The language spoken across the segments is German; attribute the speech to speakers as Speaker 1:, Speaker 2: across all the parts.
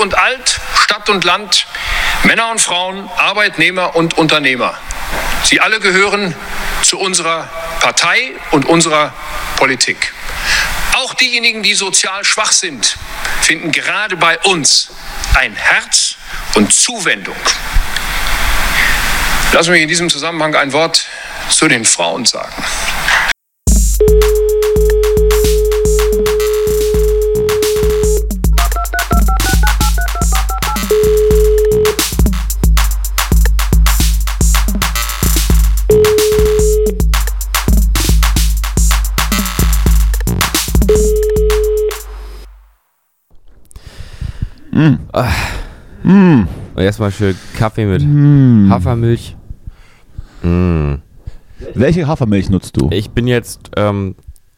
Speaker 1: und alt, Stadt und Land, Männer und Frauen, Arbeitnehmer und Unternehmer. Sie alle gehören zu unserer Partei und unserer Politik. Auch diejenigen, die sozial schwach sind, finden gerade bei uns ein Herz und Zuwendung. Lass mich in diesem Zusammenhang ein Wort zu den Frauen sagen.
Speaker 2: Ah. Und erstmal schön Kaffee mit Hafermilch.
Speaker 3: Welche Hafermilch nutzt du?
Speaker 2: Ich bin jetzt ähm,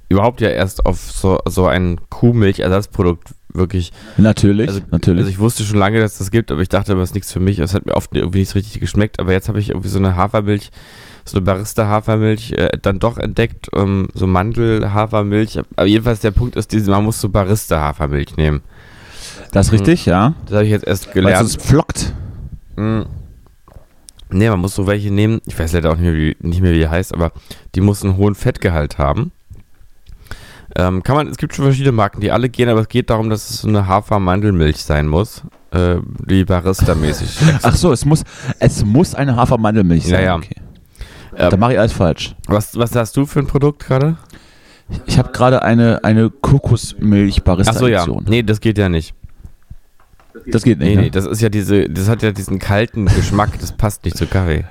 Speaker 2: überhaupt ja erst auf so, so ein Kuhmilchersatzprodukt wirklich.
Speaker 3: Natürlich,
Speaker 2: Also,
Speaker 3: natürlich.
Speaker 2: also ich wusste schon lange, dass das gibt, aber ich dachte, das ist nichts für mich. Es hat mir oft irgendwie nicht so richtig geschmeckt, aber jetzt habe ich irgendwie so eine Hafermilch, so eine Barista-Hafermilch äh, dann doch entdeckt, ähm, so Mandel-Hafermilch. Aber jedenfalls der Punkt ist, diese, man muss so Barista-Hafermilch nehmen.
Speaker 3: das ist
Speaker 2: hm.
Speaker 3: richtig, ja.
Speaker 2: Das habe ich jetzt erst
Speaker 3: Weil
Speaker 2: gelernt.
Speaker 3: sonst flockt.
Speaker 2: Mm. Nee, man muss so welche nehmen. Ich weiß leider auch nicht mehr, wie, nicht mehr, wie die heißt, aber die muss einen hohen Fettgehalt haben. Ähm, kann man, es gibt schon verschiedene Marken, die alle gehen, aber es geht darum, dass es so eine Hafermandelmilch sein muss. Äh, die Barista-mäßig.
Speaker 3: Ach so, es muss, es muss eine Hafermandelmilch sein.
Speaker 2: Ja, ja.
Speaker 3: Okay.
Speaker 2: Ähm.
Speaker 3: da mache ich alles falsch.
Speaker 2: was, was hast du für ein Produkt gerade?
Speaker 3: Ich habe gerade eine, eine kokosmilch barista
Speaker 2: Achso, ja. Nee, das geht ja nicht.
Speaker 3: Das geht nicht.
Speaker 2: Nee,
Speaker 3: ne?
Speaker 2: nee, das ist ja diese, das hat ja diesen kalten Geschmack, das passt nicht zu Kaffee.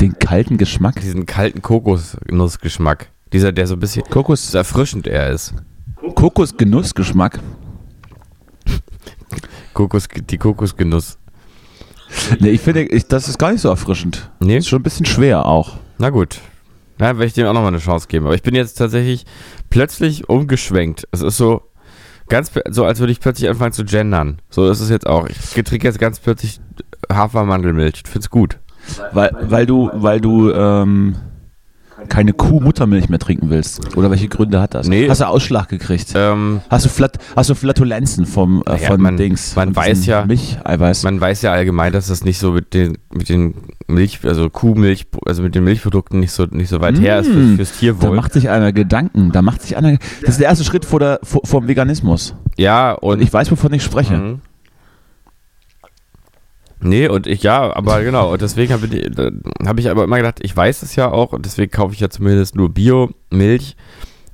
Speaker 3: Den kalten Geschmack.
Speaker 2: Diesen kalten Kokosnussgeschmack. Dieser, der so ein bisschen
Speaker 3: Kokos,
Speaker 2: so erfrischend er ist.
Speaker 3: Kokosgenussgeschmack.
Speaker 2: Kokos, die Kokosgenuss.
Speaker 3: Nee, ich finde, ich, das ist gar nicht so erfrischend.
Speaker 2: Nee?
Speaker 3: Ist schon ein bisschen schwer auch.
Speaker 2: Na gut. Na, werde ich dem auch nochmal eine Chance geben. Aber ich bin jetzt tatsächlich plötzlich umgeschwenkt. Es ist so ganz pl- so, als würde ich plötzlich anfangen zu gendern. So ist es jetzt auch. Ich trinke jetzt ganz plötzlich Hafermandelmilch. Ich find's gut.
Speaker 3: Weil, weil du, weil du ähm, keine Kuh-Muttermilch mehr trinken willst. Oder welche Gründe hat das?
Speaker 2: Nee.
Speaker 3: Hast du Ausschlag gekriegt?
Speaker 2: Ähm,
Speaker 3: Hast du, Flat, hast du Flatulenzen vom, äh,
Speaker 2: Naja,
Speaker 3: von
Speaker 2: man-
Speaker 3: Dings?
Speaker 2: man
Speaker 3: von
Speaker 2: weiß
Speaker 3: diesem
Speaker 2: ja-
Speaker 3: Milcheiweiß.
Speaker 2: man weiß ja allgemein, dass das nicht so mit den, mit den Milch, also Kuhmilch, also mit den Milchprodukten nicht so, nicht so weit her ist für,
Speaker 3: Mm.
Speaker 2: fürs
Speaker 3: Da
Speaker 2: Tierwohl.
Speaker 3: macht sich einer Gedanken. Da macht sich einer. Das ist der erste Schritt vor, der, vor, vor dem Veganismus.
Speaker 2: Ja, und
Speaker 3: Und ich weiß, wovon ich spreche.
Speaker 2: Mhm. Nee, und ich, ja, aber genau, und deswegen habe ich, da hab ich aber immer gedacht, ich weiß es ja auch, und deswegen kaufe ich ja zumindest nur Bio-Milch.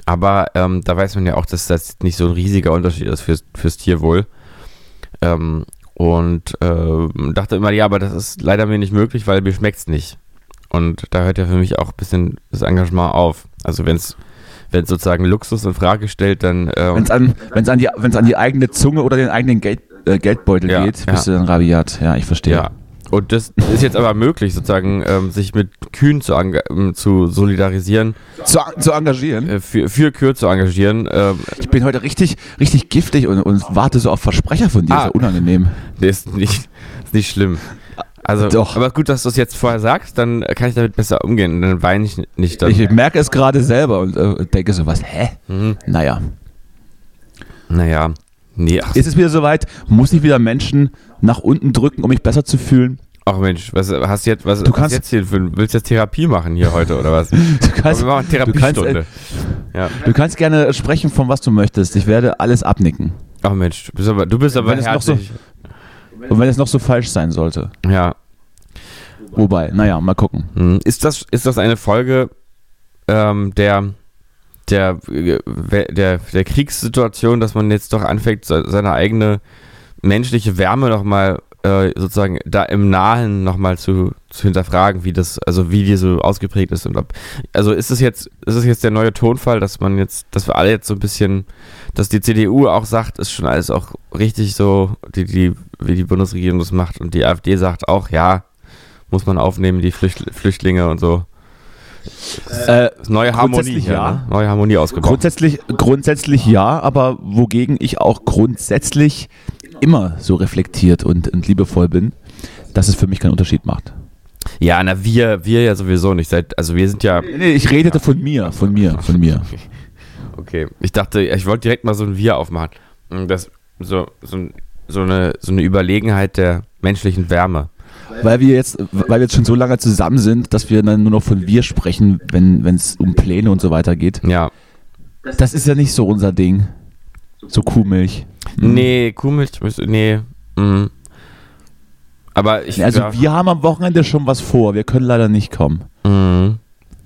Speaker 2: Aber ähm, da weiß man ja auch, dass das nicht so ein riesiger Unterschied ist fürs, fürs Tierwohl. Ähm, und ähm, dachte immer, ja, aber das ist leider mir nicht möglich, weil mir schmeckt es nicht. Und da hört ja für mich auch ein bisschen das Engagement auf. Also wenn es sozusagen Luxus in Frage stellt, dann ähm,
Speaker 3: Wenn es an, wenn's an, die- wenn's an die eigene Zunge oder den eigenen Geld, äh, Geldbeutel
Speaker 2: Ja,
Speaker 3: geht,
Speaker 2: ja.
Speaker 3: bist du dann rabiat. Ja, ich verstehe.
Speaker 2: Ja. Und das ist jetzt aber möglich, sozusagen, ähm, sich mit Kühen zu, enga- ähm, zu solidarisieren,
Speaker 3: Zu, zu engagieren.
Speaker 2: äh, für, für Kühe zu engagieren. Ähm,
Speaker 3: Ich bin heute richtig, richtig giftig und, und warte so auf Versprecher von dir.
Speaker 2: Ah.
Speaker 3: Ist ja unangenehm.
Speaker 2: nee, ist, nicht, ist nicht schlimm. Also,
Speaker 3: Doch.
Speaker 2: aber gut, dass du es jetzt vorher sagst, dann kann ich damit besser umgehen. und Dann weine ich nicht. Dann.
Speaker 3: Ich merke es gerade selber und äh, denke so, was, hä?
Speaker 2: Mhm.
Speaker 3: Naja.
Speaker 2: naja, nee, ach,
Speaker 3: Ist es wieder soweit? Muss ich wieder Menschen nach unten drücken, um mich besser zu fühlen?
Speaker 2: ach Mensch, was hast du jetzt, was,
Speaker 3: Du
Speaker 2: was
Speaker 3: kannst-
Speaker 2: jetzt hier für, willst du jetzt Therapie machen hier heute oder was?
Speaker 3: Du kannst,
Speaker 2: wir machen
Speaker 3: du kannst, äh,
Speaker 2: Therapiestunde. Ja.
Speaker 3: du kannst gerne sprechen, von was du möchtest. Ich werde alles abnicken.
Speaker 2: Ach Mensch, du bist aber, du bist aber
Speaker 3: Wenn es noch so-
Speaker 2: herzlich.
Speaker 3: Und wenn es noch so falsch sein sollte.
Speaker 2: ja.
Speaker 3: Wobei, naja, mal gucken.
Speaker 2: Hm, Ist das, ist das eine Folge ähm, der, der, äh, der, der Kriegssituation, dass man jetzt doch anfängt, se- seine eigene menschliche Wärme nochmal äh, sozusagen da im Nahen nochmal zu, zu hinterfragen, wie das, also wie die so ausgeprägt ist und ob, also ist es jetzt, ist es jetzt der neue Tonfall, dass man jetzt, dass wir alle jetzt so ein bisschen, dass die CDU auch sagt, ist schon alles auch richtig so, die, die, wie die Bundesregierung das macht und die AfD sagt auch, ja, muss man aufnehmen, die Flücht, Flüchtlinge und so.
Speaker 3: Äh,
Speaker 2: Das ist neue Harmonie,
Speaker 3: Grundsätzlich
Speaker 2: hier,
Speaker 3: ja.
Speaker 2: ne? neue Harmonie ausgebaut.
Speaker 3: grundsätzlich, grundsätzlich ja, aber wogegen ich auch grundsätzlich immer so reflektiert und, und liebevoll bin, dass es für mich keinen Unterschied macht.
Speaker 2: Ja, na wir, wir ja sowieso nicht. Seit, also wir sind ja,
Speaker 3: Nee, ich redete von mir, von mir, von mir.
Speaker 2: okay. Ich dachte, ich wollte direkt mal so ein Wir aufmachen. Das, so, so ein so eine, so eine Überlegenheit der menschlichen Wärme.
Speaker 3: Weil wir jetzt, weil wir jetzt schon so lange zusammen sind, dass wir dann nur noch von wir sprechen, wenn es um Pläne und so weiter geht.
Speaker 2: Ja.
Speaker 3: Das ist ja nicht so unser Ding. So Kuhmilch. Mhm.
Speaker 2: Nee, Kuhmilch, nee. Mhm. Aber ich
Speaker 3: Also
Speaker 2: ja,
Speaker 3: wir haben am Wochenende schon was vor. Wir können leider nicht kommen.
Speaker 2: mhm.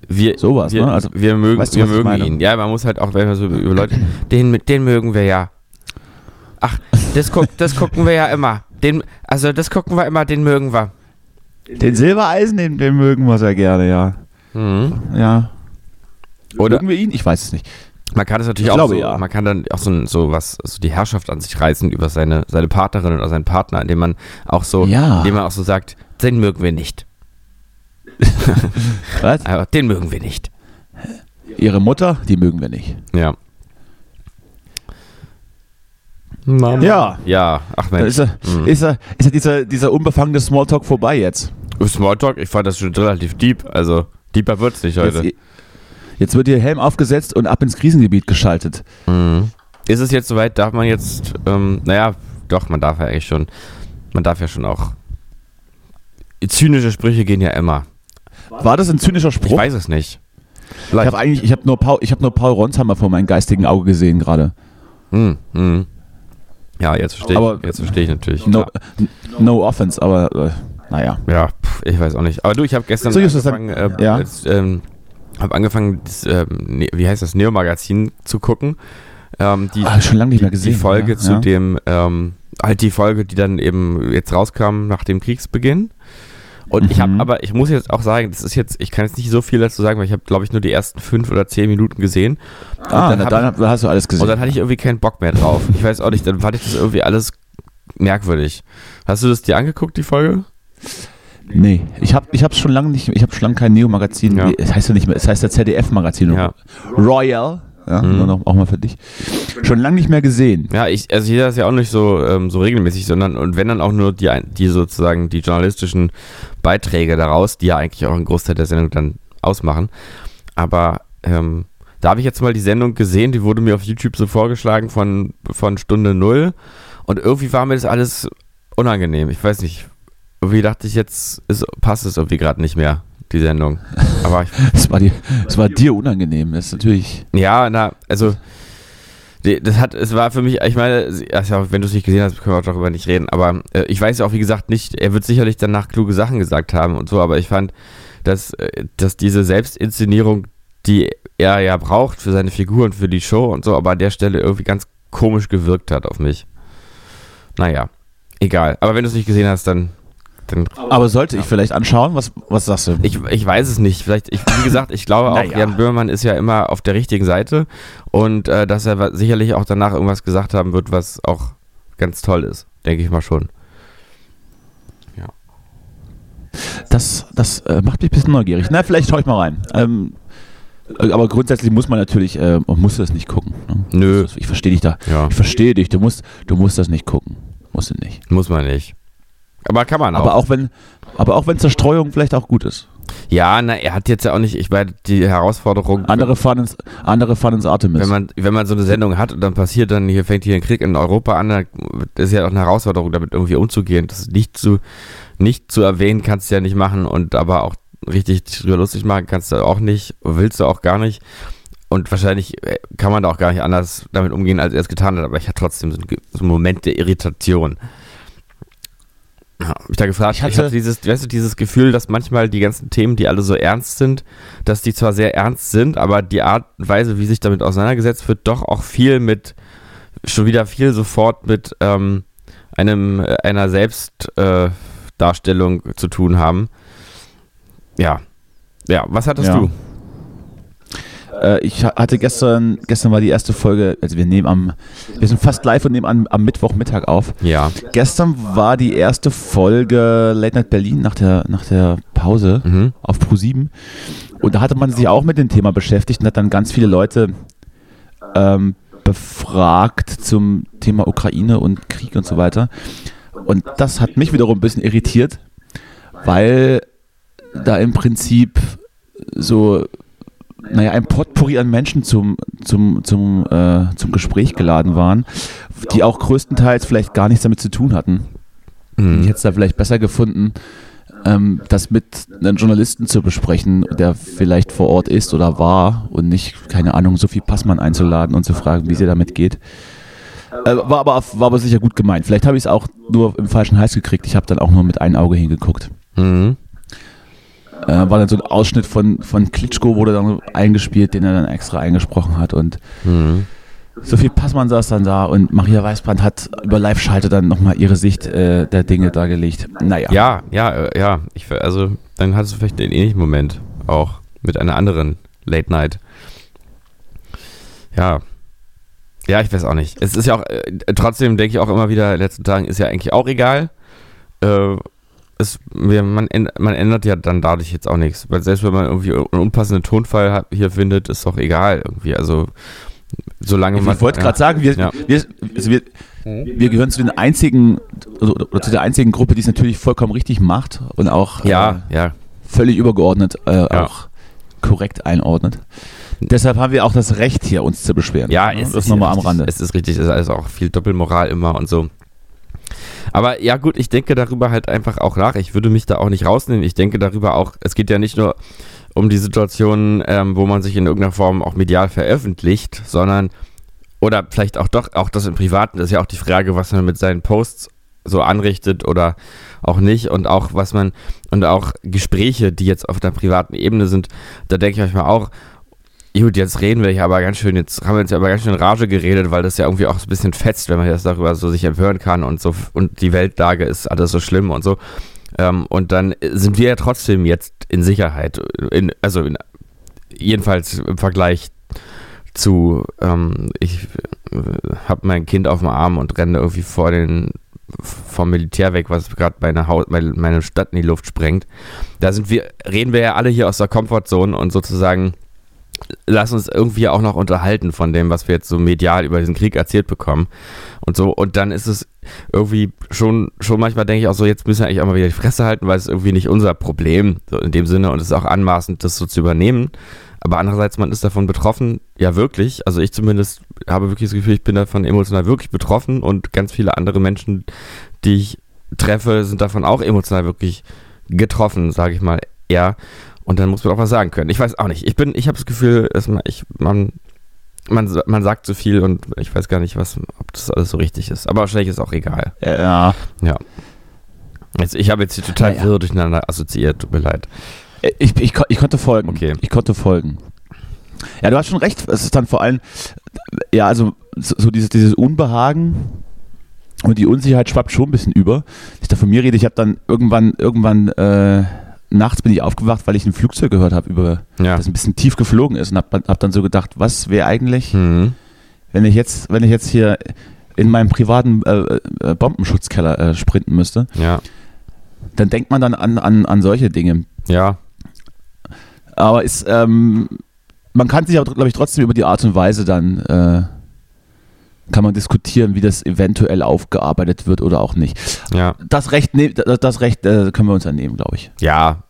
Speaker 2: wir
Speaker 3: Sowas,
Speaker 2: wir,
Speaker 3: ne? Also,
Speaker 2: wir mögen,
Speaker 3: weißt du,
Speaker 2: wir
Speaker 3: was ich
Speaker 2: mögen
Speaker 3: meine?
Speaker 2: ihn. Ja, man muss halt auch, wenn man so über- über Leute, den, mit- den mögen wir ja. Ach, das, guck, das gucken wir ja immer. Den, also das gucken wir immer, den mögen wir.
Speaker 3: den Silbereisen, den, den mögen wir sehr gerne, ja.
Speaker 2: Mhm.
Speaker 3: Ja.
Speaker 2: Oder
Speaker 3: Mögen wir ihn? Ich weiß es nicht.
Speaker 2: man kann das natürlich
Speaker 3: Mhm. Ich
Speaker 2: auch
Speaker 3: glaube,
Speaker 2: so,
Speaker 3: ja.
Speaker 2: man kann dann auch so, ein- so was, also die Herrschaft an sich reißen über seine, seine Partnerin oder seinen Partner, indem man auch so,
Speaker 3: Ja.
Speaker 2: indem man auch so sagt, den mögen wir nicht.
Speaker 3: Was?
Speaker 2: Aber den mögen wir nicht.
Speaker 3: Ihre Mutter, die mögen wir nicht.
Speaker 2: Ja. Mama.
Speaker 3: Ja.
Speaker 2: Ja, ach
Speaker 3: Da
Speaker 2: Mensch.
Speaker 3: ist er, ist er, ist er dieser, dieser unbefangene Smalltalk vorbei jetzt.
Speaker 2: Smalltalk, ich fand das schon relativ deep. Also, deeper wird's nicht heute.
Speaker 3: Jetzt, jetzt wird ihr Helm aufgesetzt und ab ins Krisengebiet geschaltet. Mhm.
Speaker 2: ist es jetzt soweit, darf man jetzt, ähm, naja, doch, man darf ja eigentlich schon, man darf ja schon auch. Zynische Sprüche gehen ja immer.
Speaker 3: War das ein zynischer
Speaker 2: Ich
Speaker 3: Spruch?
Speaker 2: weiß es nicht.
Speaker 3: Ich, habe eigentlich, ich habe nur Paul, ich habe nur Paul Ronsheimer vor meinem geistigen Auge gesehen gerade.
Speaker 2: Hm, hm. Ja, jetzt verstehe
Speaker 3: Aber-
Speaker 2: ich, jetzt verstehe ich natürlich.
Speaker 3: No,
Speaker 2: klar.
Speaker 3: n- no offense, aber äh, naja.
Speaker 2: Ja, pf, ich weiß auch nicht. Aber du, ich habe gestern
Speaker 3: So, Justus,
Speaker 2: angefangen, äh,
Speaker 3: ja.
Speaker 2: als, ähm, hab angefangen das, ähm, ne, wie heißt das, Neo-Magazin zu gucken. Ähm, die,
Speaker 3: Ah, schon lange nicht mehr
Speaker 2: die
Speaker 3: gesehen.
Speaker 2: Folge
Speaker 3: ja,
Speaker 2: zu
Speaker 3: ja.
Speaker 2: dem, ähm, halt die Folge, die dann eben jetzt rauskam nach dem Kriegsbeginn. Und ich habe,
Speaker 3: Mhm.
Speaker 2: aber ich muss jetzt auch sagen, das ist jetzt, ich kann jetzt nicht so viel dazu sagen, weil ich habe, glaube ich, nur die ersten fünf oder zehn Minuten gesehen.
Speaker 3: Ah,
Speaker 2: dann
Speaker 3: dann,
Speaker 2: hab
Speaker 3: dann, hab- hast du alles gesehen.
Speaker 2: Und dann hatte ich irgendwie keinen Bock mehr drauf. Ich weiß auch nicht, dann fand ich das irgendwie alles merkwürdig. Hast du das dir angeguckt, die Folge?
Speaker 3: nee, ich habe ich hab schon lange nicht, ich habe schon lange kein Neo-Magazin.
Speaker 2: Ja.
Speaker 3: Es heißt ja nicht mehr, es heißt ja ZDF-Magazin.
Speaker 2: Ja.
Speaker 3: Royal, ja,
Speaker 2: Mhm.
Speaker 3: nur noch, auch mal für dich. Schon lange nicht mehr gesehen.
Speaker 2: Ja, ich, also jeder ist ja auch nicht so, ähm, so regelmäßig, sondern und wenn dann auch nur die, ein- die sozusagen die journalistischen Beiträge daraus, die ja eigentlich auch einen Großteil der Sendung dann ausmachen. Aber ähm, da habe ich jetzt mal die Sendung gesehen, die wurde mir auf YouTube so vorgeschlagen von, von Stunde Null und irgendwie war mir das alles unangenehm. Ich weiß nicht. Irgendwie dachte ich, jetzt ist, passt es irgendwie gerade nicht mehr, die Sendung. Aber ich
Speaker 3: Es war, dir, es war dir unangenehm. Das ist natürlich.
Speaker 2: Ja, na, also die- das hat, es war für mich, ich meine, sie- also wenn du es nicht gesehen hast, können wir auch darüber nicht reden, aber äh, ich weiß ja auch, wie gesagt, nicht, er wird sicherlich danach kluge Sachen gesagt haben und so, aber ich fand, dass, äh, dass diese Selbstinszenierung, die er ja braucht für seine Figur und für die Show und so, aber an der Stelle irgendwie ganz komisch gewirkt hat auf mich. Naja, egal. Aber wenn du es nicht gesehen hast, dann, dann
Speaker 3: Aber sollte ich vielleicht anschauen? Was, was sagst du?
Speaker 2: ich, ich weiß es nicht. Vielleicht, ich, wie gesagt, ich glaube auch,
Speaker 3: Naja.
Speaker 2: Jan Böhmermann ist ja immer auf der richtigen Seite und äh, dass er wa- sicherlich auch danach irgendwas gesagt haben wird, was auch ganz toll ist. Denke ich mal schon.
Speaker 3: Das, das äh, macht mich ein bisschen neugierig. Na, vielleicht schaue ich mal rein. Ähm, äh, aber grundsätzlich muss man natürlich, äh, man muss das nicht gucken. Ne?
Speaker 2: Nö.
Speaker 3: Das- Ich verstehe dich da.
Speaker 2: Ja.
Speaker 3: Ich verstehe dich. Du musst, du musst das nicht gucken. Musst du nicht.
Speaker 2: Muss man nicht. Aber kann man auch.
Speaker 3: Aber auch wenn, aber auch wenn Zerstreuung vielleicht auch gut ist.
Speaker 2: ja, na, er hat jetzt ja auch nicht, ich meine, die Herausforderung,
Speaker 3: Andere fahren ins, andere fahren ins Artemis.
Speaker 2: wenn man, wenn man so eine Sendung hat und dann passiert dann, hier fängt hier ein Krieg in Europa an, dann ist ja auch eine Herausforderung, damit irgendwie umzugehen. Das nicht zu, nicht zu erwähnen kannst du ja nicht machen und aber auch richtig drüber lustig machen kannst du auch nicht, willst du auch gar nicht. Und wahrscheinlich äh, kann man da auch gar nicht anders damit umgehen, als er es getan hat, aber ich hatte trotzdem so einen, ge- so einen Moment der Irritation. Ja, hab mich da gefragt, ich
Speaker 3: Ich
Speaker 2: hatte,
Speaker 3: hatte-
Speaker 2: dieses, weißt du, dieses Gefühl, dass manchmal die ganzen Themen, die alle so ernst sind, dass die zwar sehr ernst sind, aber die Art und Weise, wie sich damit auseinandergesetzt wird, doch auch viel mit, schon wieder viel sofort mit ähm, einem, äh, einer Selbstdarstellung äh, Darstellung zu tun haben. Ja. Ja, was hattest
Speaker 3: Ja.
Speaker 2: du?
Speaker 3: Äh, ich ha- hatte gestern, gestern war die erste Folge, also wir nehmen am, wir sind fast live und nehmen am, am Mittwochmittag auf.
Speaker 2: Ja.
Speaker 3: Gestern war die erste Folge Late Night Berlin nach der, nach der Pause
Speaker 2: Mhm.
Speaker 3: auf Pro7. Und da hatte man sich auch mit dem Thema beschäftigt und hat dann ganz viele Leute ähm, befragt zum Thema Ukraine und Krieg und so weiter. Und das hat mich wiederum ein bisschen irritiert, weil da im Prinzip so naja, ein Potpourri an Menschen zum, zum, zum, äh, zum Gespräch geladen waren, die auch größtenteils vielleicht gar nichts damit zu tun hatten.
Speaker 2: Mhm.
Speaker 3: Ich hätte es da vielleicht besser gefunden, ähm, das mit einem Journalisten zu besprechen, der vielleicht vor Ort ist oder war und nicht, keine Ahnung, Sophie Passmann einzuladen und zu fragen, wie sie damit geht. Äh, war, aber, war aber sicher gut gemeint. Vielleicht habe ich es auch nur im falschen Hals gekriegt. Ich habe dann auch nur mit einem Auge hingeguckt.
Speaker 2: Mhm.
Speaker 3: Äh, war dann so ein Ausschnitt von, von Klitschko, wurde dann eingespielt, den er dann extra eingesprochen hat. Und
Speaker 2: Mhm.
Speaker 3: Sophie Passmann saß dann da und Maria Weißbrand hat über Live-Schalte dann nochmal ihre Sicht äh, der Dinge dargelegt. Naja.
Speaker 2: Ja, ja, äh, ja. Ich, ver- also, dann hattest du vielleicht den ähnlichen Moment auch mit einer anderen Late Night. Ja. Ja, ich weiß auch nicht. Es ist ja auch, äh, trotzdem denke ich auch immer wieder, in den letzten Tagen ist ja eigentlich auch egal. Äh, es, wir, man, änd- man ändert ja dann dadurch jetzt auch nichts. Weil selbst wenn man irgendwie einen unpassenden Tonfall hat, hier findet, ist doch egal irgendwie. Also, solange man.
Speaker 3: Ich wollte
Speaker 2: ja.
Speaker 3: gerade sagen, wir,
Speaker 2: Ja.
Speaker 3: wir, also wir, wir gehören zu den einzigen, also, oder, oder zu der einzigen Gruppe, die es natürlich vollkommen richtig macht und auch äh,
Speaker 2: Ja, ja.
Speaker 3: völlig übergeordnet äh, auch korrekt einordnet. Deshalb haben wir auch das Recht hier, uns zu beschweren.
Speaker 2: Ja,
Speaker 3: Ne?
Speaker 2: es
Speaker 3: das
Speaker 2: ist
Speaker 3: nochmal am
Speaker 2: richtig,
Speaker 3: Rande.
Speaker 2: Es ist richtig, es ist also auch viel Doppelmoral immer und so. Aber ja gut, ich denke darüber halt einfach auch nach. Ich würde mich da auch nicht rausnehmen. Ich denke darüber auch, es geht ja nicht nur um die Situation, ähm, wo man sich in irgendeiner Form auch medial veröffentlicht, sondern oder vielleicht auch doch, auch das im Privaten, das ist ja auch die Frage, was man mit seinen Posts so anrichtet oder auch nicht und auch was man und auch Gespräche, die jetzt auf der privaten Ebene sind, da denke ich manchmal auch, Gut, jetzt reden wir hier aber ganz schön, jetzt haben wir uns ja aber ganz schön in Rage geredet, weil das ja irgendwie auch so ein bisschen fetzt, wenn man jetzt darüber so sich empören kann und so, und die Weltlage ist alles so schlimm und so. Ähm, und dann sind wir ja trotzdem jetzt in Sicherheit. In, also in, jedenfalls im Vergleich zu, ähm, ich äh, habe mein Kind auf dem Arm und renne irgendwie vor den vom Militär weg, was gerade meine, Haut- meine, meine Stadt in die Luft sprengt. Da sind wir, reden wir ja alle hier aus der Komfortzone und sozusagen lass uns irgendwie auch noch unterhalten von dem, was wir jetzt so medial über diesen Krieg erzählt bekommen und so. Und dann ist es irgendwie schon, schon manchmal denke ich auch so, jetzt müssen wir eigentlich auch mal wieder die Fresse halten, weil es ist irgendwie nicht unser Problem so in dem Sinne und es ist auch anmaßend, das so zu übernehmen. Aber andererseits, man ist davon betroffen, ja wirklich. Also ich zumindest habe wirklich das Gefühl, ich bin davon emotional wirklich betroffen und ganz viele andere Menschen, die ich treffe, sind davon auch emotional wirklich getroffen, sage ich mal eher. Und dann muss man auch was sagen können. Ich weiß auch nicht. Ich bin, ich habe das Gefühl, dass man, ich, man, man, sa- man sagt zu viel und ich weiß gar nicht, was, ob das alles so richtig ist. Aber wahrscheinlich ist auch egal.
Speaker 3: Äh, Ja.
Speaker 2: Jetzt, ich habe jetzt hier total
Speaker 3: Naja.
Speaker 2: wirr durcheinander assoziiert. Tut mir leid.
Speaker 3: Äh, Ich, ich, ko- ich konnte folgen.
Speaker 2: Okay.
Speaker 3: Ich konnte folgen. Ja, du hast schon recht. Es ist dann vor allem, ja, also so, so dieses, dieses Unbehagen und die Unsicherheit schwappt schon ein bisschen über. Ich da von mir rede, ich habe dann irgendwann, irgendwann äh, nachts bin ich aufgewacht, weil ich ein Flugzeug gehört habe, über
Speaker 2: Ja.
Speaker 3: das ein bisschen tief geflogen ist und habe hab dann so gedacht, was wäre eigentlich,
Speaker 2: Mhm.
Speaker 3: wenn ich jetzt, wenn ich jetzt hier in meinem privaten äh, äh, Bombenschutzkeller äh, sprinten müsste,
Speaker 2: Ja.
Speaker 3: dann denkt man dann an, an, an solche Dinge.
Speaker 2: Ja.
Speaker 3: Aber ist, ähm, man kann sich aber, glaube ich, trotzdem über die Art und Weise dann, äh, kann man diskutieren, wie das eventuell aufgearbeitet wird oder auch nicht.
Speaker 2: Ja.
Speaker 3: Das Recht, ne, das das Recht äh, können wir uns annehmen, glaube ich.
Speaker 2: Ja.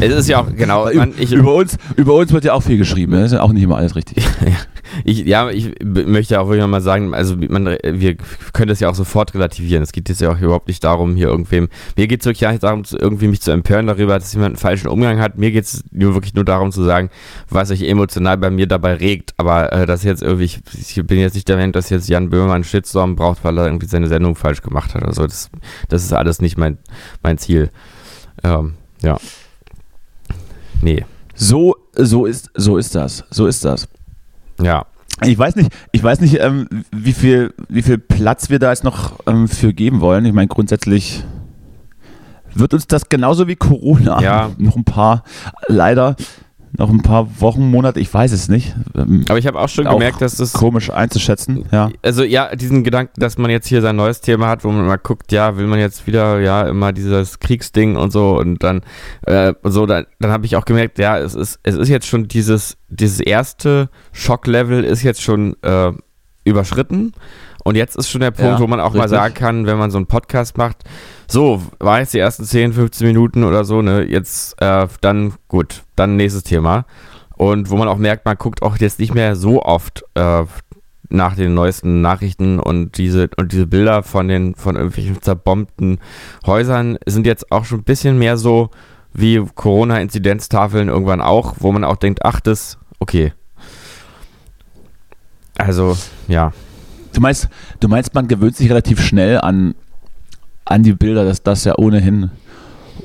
Speaker 2: Es ist ja auch, genau.
Speaker 3: Weil
Speaker 2: Man, ich,
Speaker 3: über, uns, über uns wird ja auch viel geschrieben, ne? ist ja auch nicht immer alles richtig.
Speaker 2: Ich, ja, ich b- möchte auch wirklich noch mal sagen, also man, wir können das ja auch sofort relativieren. Es geht jetzt ja auch überhaupt nicht darum, hier irgendwem. Mir geht es wirklich gar nicht darum, zu- irgendwie mich zu empören darüber, dass jemand einen falschen Umgang hat. Mir geht es nur wirklich nur darum zu sagen, was sich emotional bei mir dabei regt. Aber äh, das jetzt irgendwie, ich, ich bin jetzt nicht der Meinung, dass jetzt Jan Böhmermann einen Shitstorm braucht, weil er irgendwie seine Sendung falsch gemacht hat. Also das, das ist alles nicht mein, mein Ziel. Ähm, ja. Nee.
Speaker 3: So, so, ist, so ist das. So ist das.
Speaker 2: Ja.
Speaker 3: Ich weiß nicht, ich weiß nicht, ähm, wie viel, wie viel Platz wir da jetzt noch ähm, für geben wollen. Ich meine, grundsätzlich wird uns das genauso wie Corona
Speaker 2: Ja.
Speaker 3: noch ein paar, leider noch ein paar Wochen, Monate, ich weiß es nicht, ähm,
Speaker 2: Aber ich habe auch schon
Speaker 3: Auch
Speaker 2: gemerkt, dass das.
Speaker 3: komisch einzuschätzen. Ja.
Speaker 2: also ja, diesen Gedanken, dass man jetzt hier sein neues Thema hat, wo man mal guckt, ja, will man jetzt wieder, ja, immer dieses Kriegsding und so und dann äh, so, dann, dann habe ich auch gemerkt, ja, es ist, es ist jetzt schon dieses, dieses erste Schocklevel ist jetzt schon äh, überschritten und jetzt ist schon der Punkt,
Speaker 3: Ja,
Speaker 2: wo man auch mal
Speaker 3: richtig.
Speaker 2: sagen kann, wenn man so einen Podcast macht, so, war jetzt die ersten 10, 15 Minuten oder so, ne, jetzt, äh, dann, gut, dann nächstes Thema. Und wo man auch merkt, man guckt auch jetzt nicht mehr so oft äh, nach den neuesten Nachrichten und diese und diese Bilder von den von irgendwelchen zerbombten Häusern sind jetzt auch schon ein bisschen mehr so wie Corona-Inzidenztafeln irgendwann auch, wo man auch denkt, ach, das, okay. Also, ja.
Speaker 3: Du meinst, du meinst, man gewöhnt sich relativ schnell an, an die Bilder, dass das ja ohnehin.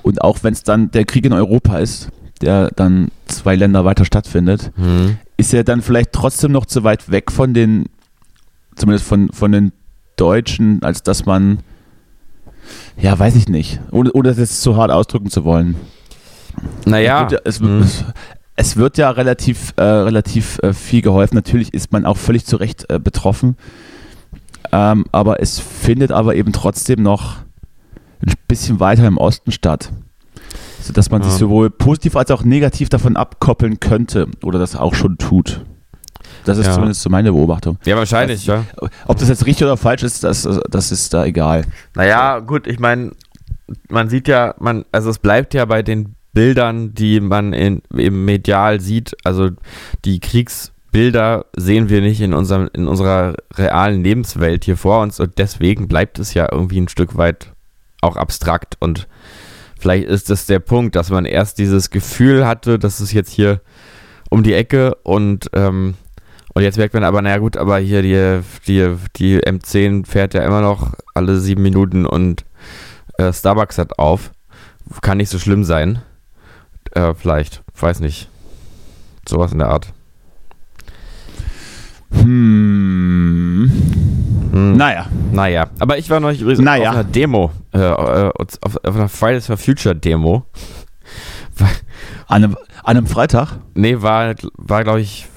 Speaker 3: Und auch wenn es dann der Krieg in Europa ist, der dann zwei Länder weiter stattfindet,
Speaker 2: Hm.
Speaker 3: ist er dann vielleicht trotzdem noch zu weit weg von den, zumindest von, von den Deutschen, als dass man, ja, weiß ich nicht, ohne, ohne das jetzt zu hart ausdrücken zu wollen.
Speaker 2: Naja.
Speaker 3: Es wird ja, es,
Speaker 2: Hm.
Speaker 3: es, es wird ja relativ, äh, relativ äh, viel geholfen. Natürlich ist man auch völlig zu Recht äh, betroffen. Ähm, aber es findet aber eben trotzdem noch ein bisschen weiter im Osten statt. Sodass man sich
Speaker 2: Ja.
Speaker 3: sowohl positiv als auch negativ davon abkoppeln könnte oder das auch schon tut. Das ist
Speaker 2: Ja.
Speaker 3: zumindest so meine Beobachtung.
Speaker 2: Ja, wahrscheinlich, ja.
Speaker 3: Ob das jetzt richtig oder falsch ist, das, das ist da egal.
Speaker 2: Naja, gut, ich meine, man sieht ja, man, also es bleibt ja bei den Bildern, die man in, im Medial sieht, also die Kriegsbilder sehen wir nicht in, unserem, in unserer realen Lebenswelt hier vor uns und deswegen bleibt es ja irgendwie ein Stück weit auch abstrakt und vielleicht ist das der Punkt, dass man erst dieses Gefühl hatte, dass es jetzt hier um die Ecke und ähm, und jetzt merkt man aber, naja gut, aber hier die, die, die M10 fährt ja immer noch alle sieben Minuten und äh, Starbucks hat auf. Kann nicht so schlimm sein. Äh, vielleicht, weiß nicht. Sowas in der Art.
Speaker 3: Hm.
Speaker 2: Hm.
Speaker 3: Naja.
Speaker 2: Naja, aber ich war neulich übrigens
Speaker 3: Naja.
Speaker 2: auf einer Demo, äh, äh, auf, auf einer Fridays for Future Demo.
Speaker 3: An einem, an einem Freitag?
Speaker 2: Nee, war, halt, war glaube ich,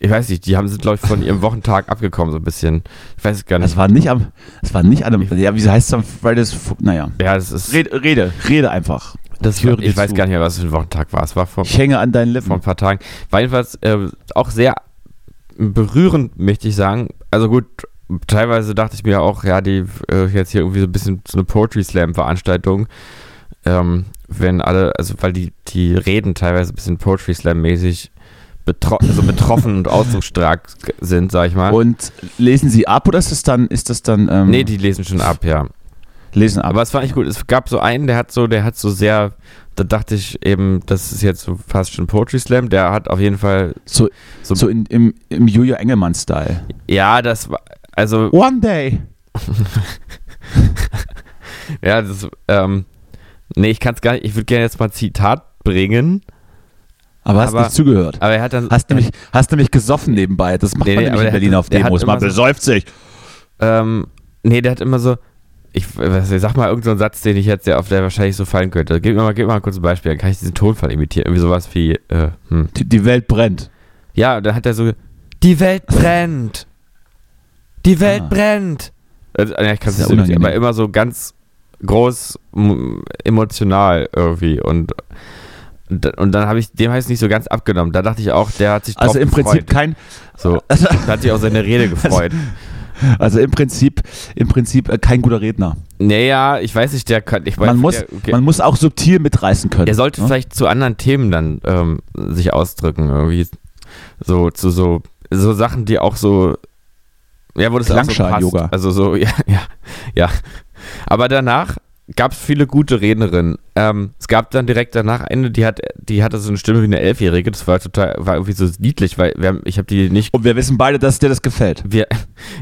Speaker 2: ich weiß nicht, die haben sind, glaube ich, von ihrem Wochentag abgekommen, so ein bisschen. Ich weiß es gar nicht.
Speaker 3: Das war nicht am. Das war nicht an einem. Ja, wieso heißt es am Fridays? for- Naja.
Speaker 2: ja, das ist.
Speaker 3: Rede, rede, rede einfach.
Speaker 2: das
Speaker 3: höre dir
Speaker 2: ich weiß
Speaker 3: zu.
Speaker 2: gar nicht mehr, was für ein Wochentag war. Es war vor,
Speaker 3: Ich hänge an deinen
Speaker 2: vor
Speaker 3: Lippen.
Speaker 2: ein paar Tagen. War jedenfalls äh, auch sehr berührend, möchte ich sagen. Also gut, teilweise dachte ich mir auch, ja, die äh, jetzt hier irgendwie so ein bisschen so eine Poetry Slam Veranstaltung, ähm, wenn alle, also weil die, die Reden teilweise ein bisschen Poetry Slam mäßig betro also betroffen und ausdrucksstark sind, sag ich mal.
Speaker 3: Und lesen sie ab oder ist das dann, ist das dann ähm,
Speaker 2: nee, die lesen schon ab, ja.
Speaker 3: lesen ab?
Speaker 2: Aber es war echt gut. Es gab so einen, der hat so, der hat so sehr, da dachte ich eben, das ist jetzt so fast schon Poetry Slam, der hat auf jeden Fall,
Speaker 3: so
Speaker 2: so-
Speaker 3: so in, im, im Julia Engelmann-Style.
Speaker 2: ja, das war, also
Speaker 3: One day!
Speaker 2: Ja, das, ähm, nee, ich kann es gar nicht, ich würde gerne jetzt mal ein Zitat bringen,
Speaker 3: Aber hast
Speaker 2: Aber-
Speaker 3: nicht zugehört.
Speaker 2: aber er hat dann,
Speaker 3: Hast nämlich, hast nämlich gesoffen nebenbei. Das macht
Speaker 2: Nee, nee,
Speaker 3: man
Speaker 2: aber
Speaker 3: nämlich in
Speaker 2: der
Speaker 3: Berlin
Speaker 2: hat-
Speaker 3: auf
Speaker 2: der hat
Speaker 3: Demos.
Speaker 2: immer
Speaker 3: Man
Speaker 2: so-
Speaker 3: besäuft sich.
Speaker 2: ähm, nee, der hat immer so, ich, was, ich sag mal irgendeinen so einen Satz, den ich jetzt, der auf der wahrscheinlich so fallen könnte. Gib mir mal, gib mir mal kurz ein Beispiel, dann kann ich diesen Tonfall imitieren, irgendwie sowas wie, äh, hm.
Speaker 3: Die, die Welt brennt.
Speaker 2: Ja, und dann hat er so, die Welt brennt, die Welt
Speaker 3: Ah.
Speaker 2: brennt. Also, ja, ich kann es
Speaker 3: Sehr
Speaker 2: nicht, so richtig,
Speaker 3: unangenehm.
Speaker 2: aber immer so ganz groß m- emotional irgendwie und und dann- und dann habe ich, dem habe ich es nicht so ganz abgenommen. Da dachte ich auch, der hat sich
Speaker 3: Also
Speaker 2: drauf
Speaker 3: im
Speaker 2: gefreut.
Speaker 3: Prinzip kein.
Speaker 2: So,
Speaker 3: Also,
Speaker 2: da hat sich auch seine Rede gefreut.
Speaker 3: also im Prinzip, im Prinzip äh, kein guter Redner.
Speaker 2: Naja, ich weiß nicht, der kann. Ich weiß,
Speaker 3: Man muss,
Speaker 2: der, okay.
Speaker 3: man muss auch subtil mitreißen können.
Speaker 2: er sollte
Speaker 3: ne?
Speaker 2: vielleicht zu anderen Themen dann ähm, sich ausdrücken, irgendwie. So, zu so, so Sachen, die auch so. Ja, wo das auch so passt.
Speaker 3: Klangschalen-Yoga.
Speaker 2: Also so, ja, ja, ja. Aber danach gab es viele gute Rednerinnen. Ähm, es gab dann direkt danach eine, die hat, die hatte so eine Stimme wie eine Elfjährige. Das war total, war irgendwie so niedlich, weil wir haben, ich habe die nicht
Speaker 3: Und wir wissen beide, dass dir das gefällt.
Speaker 2: wir,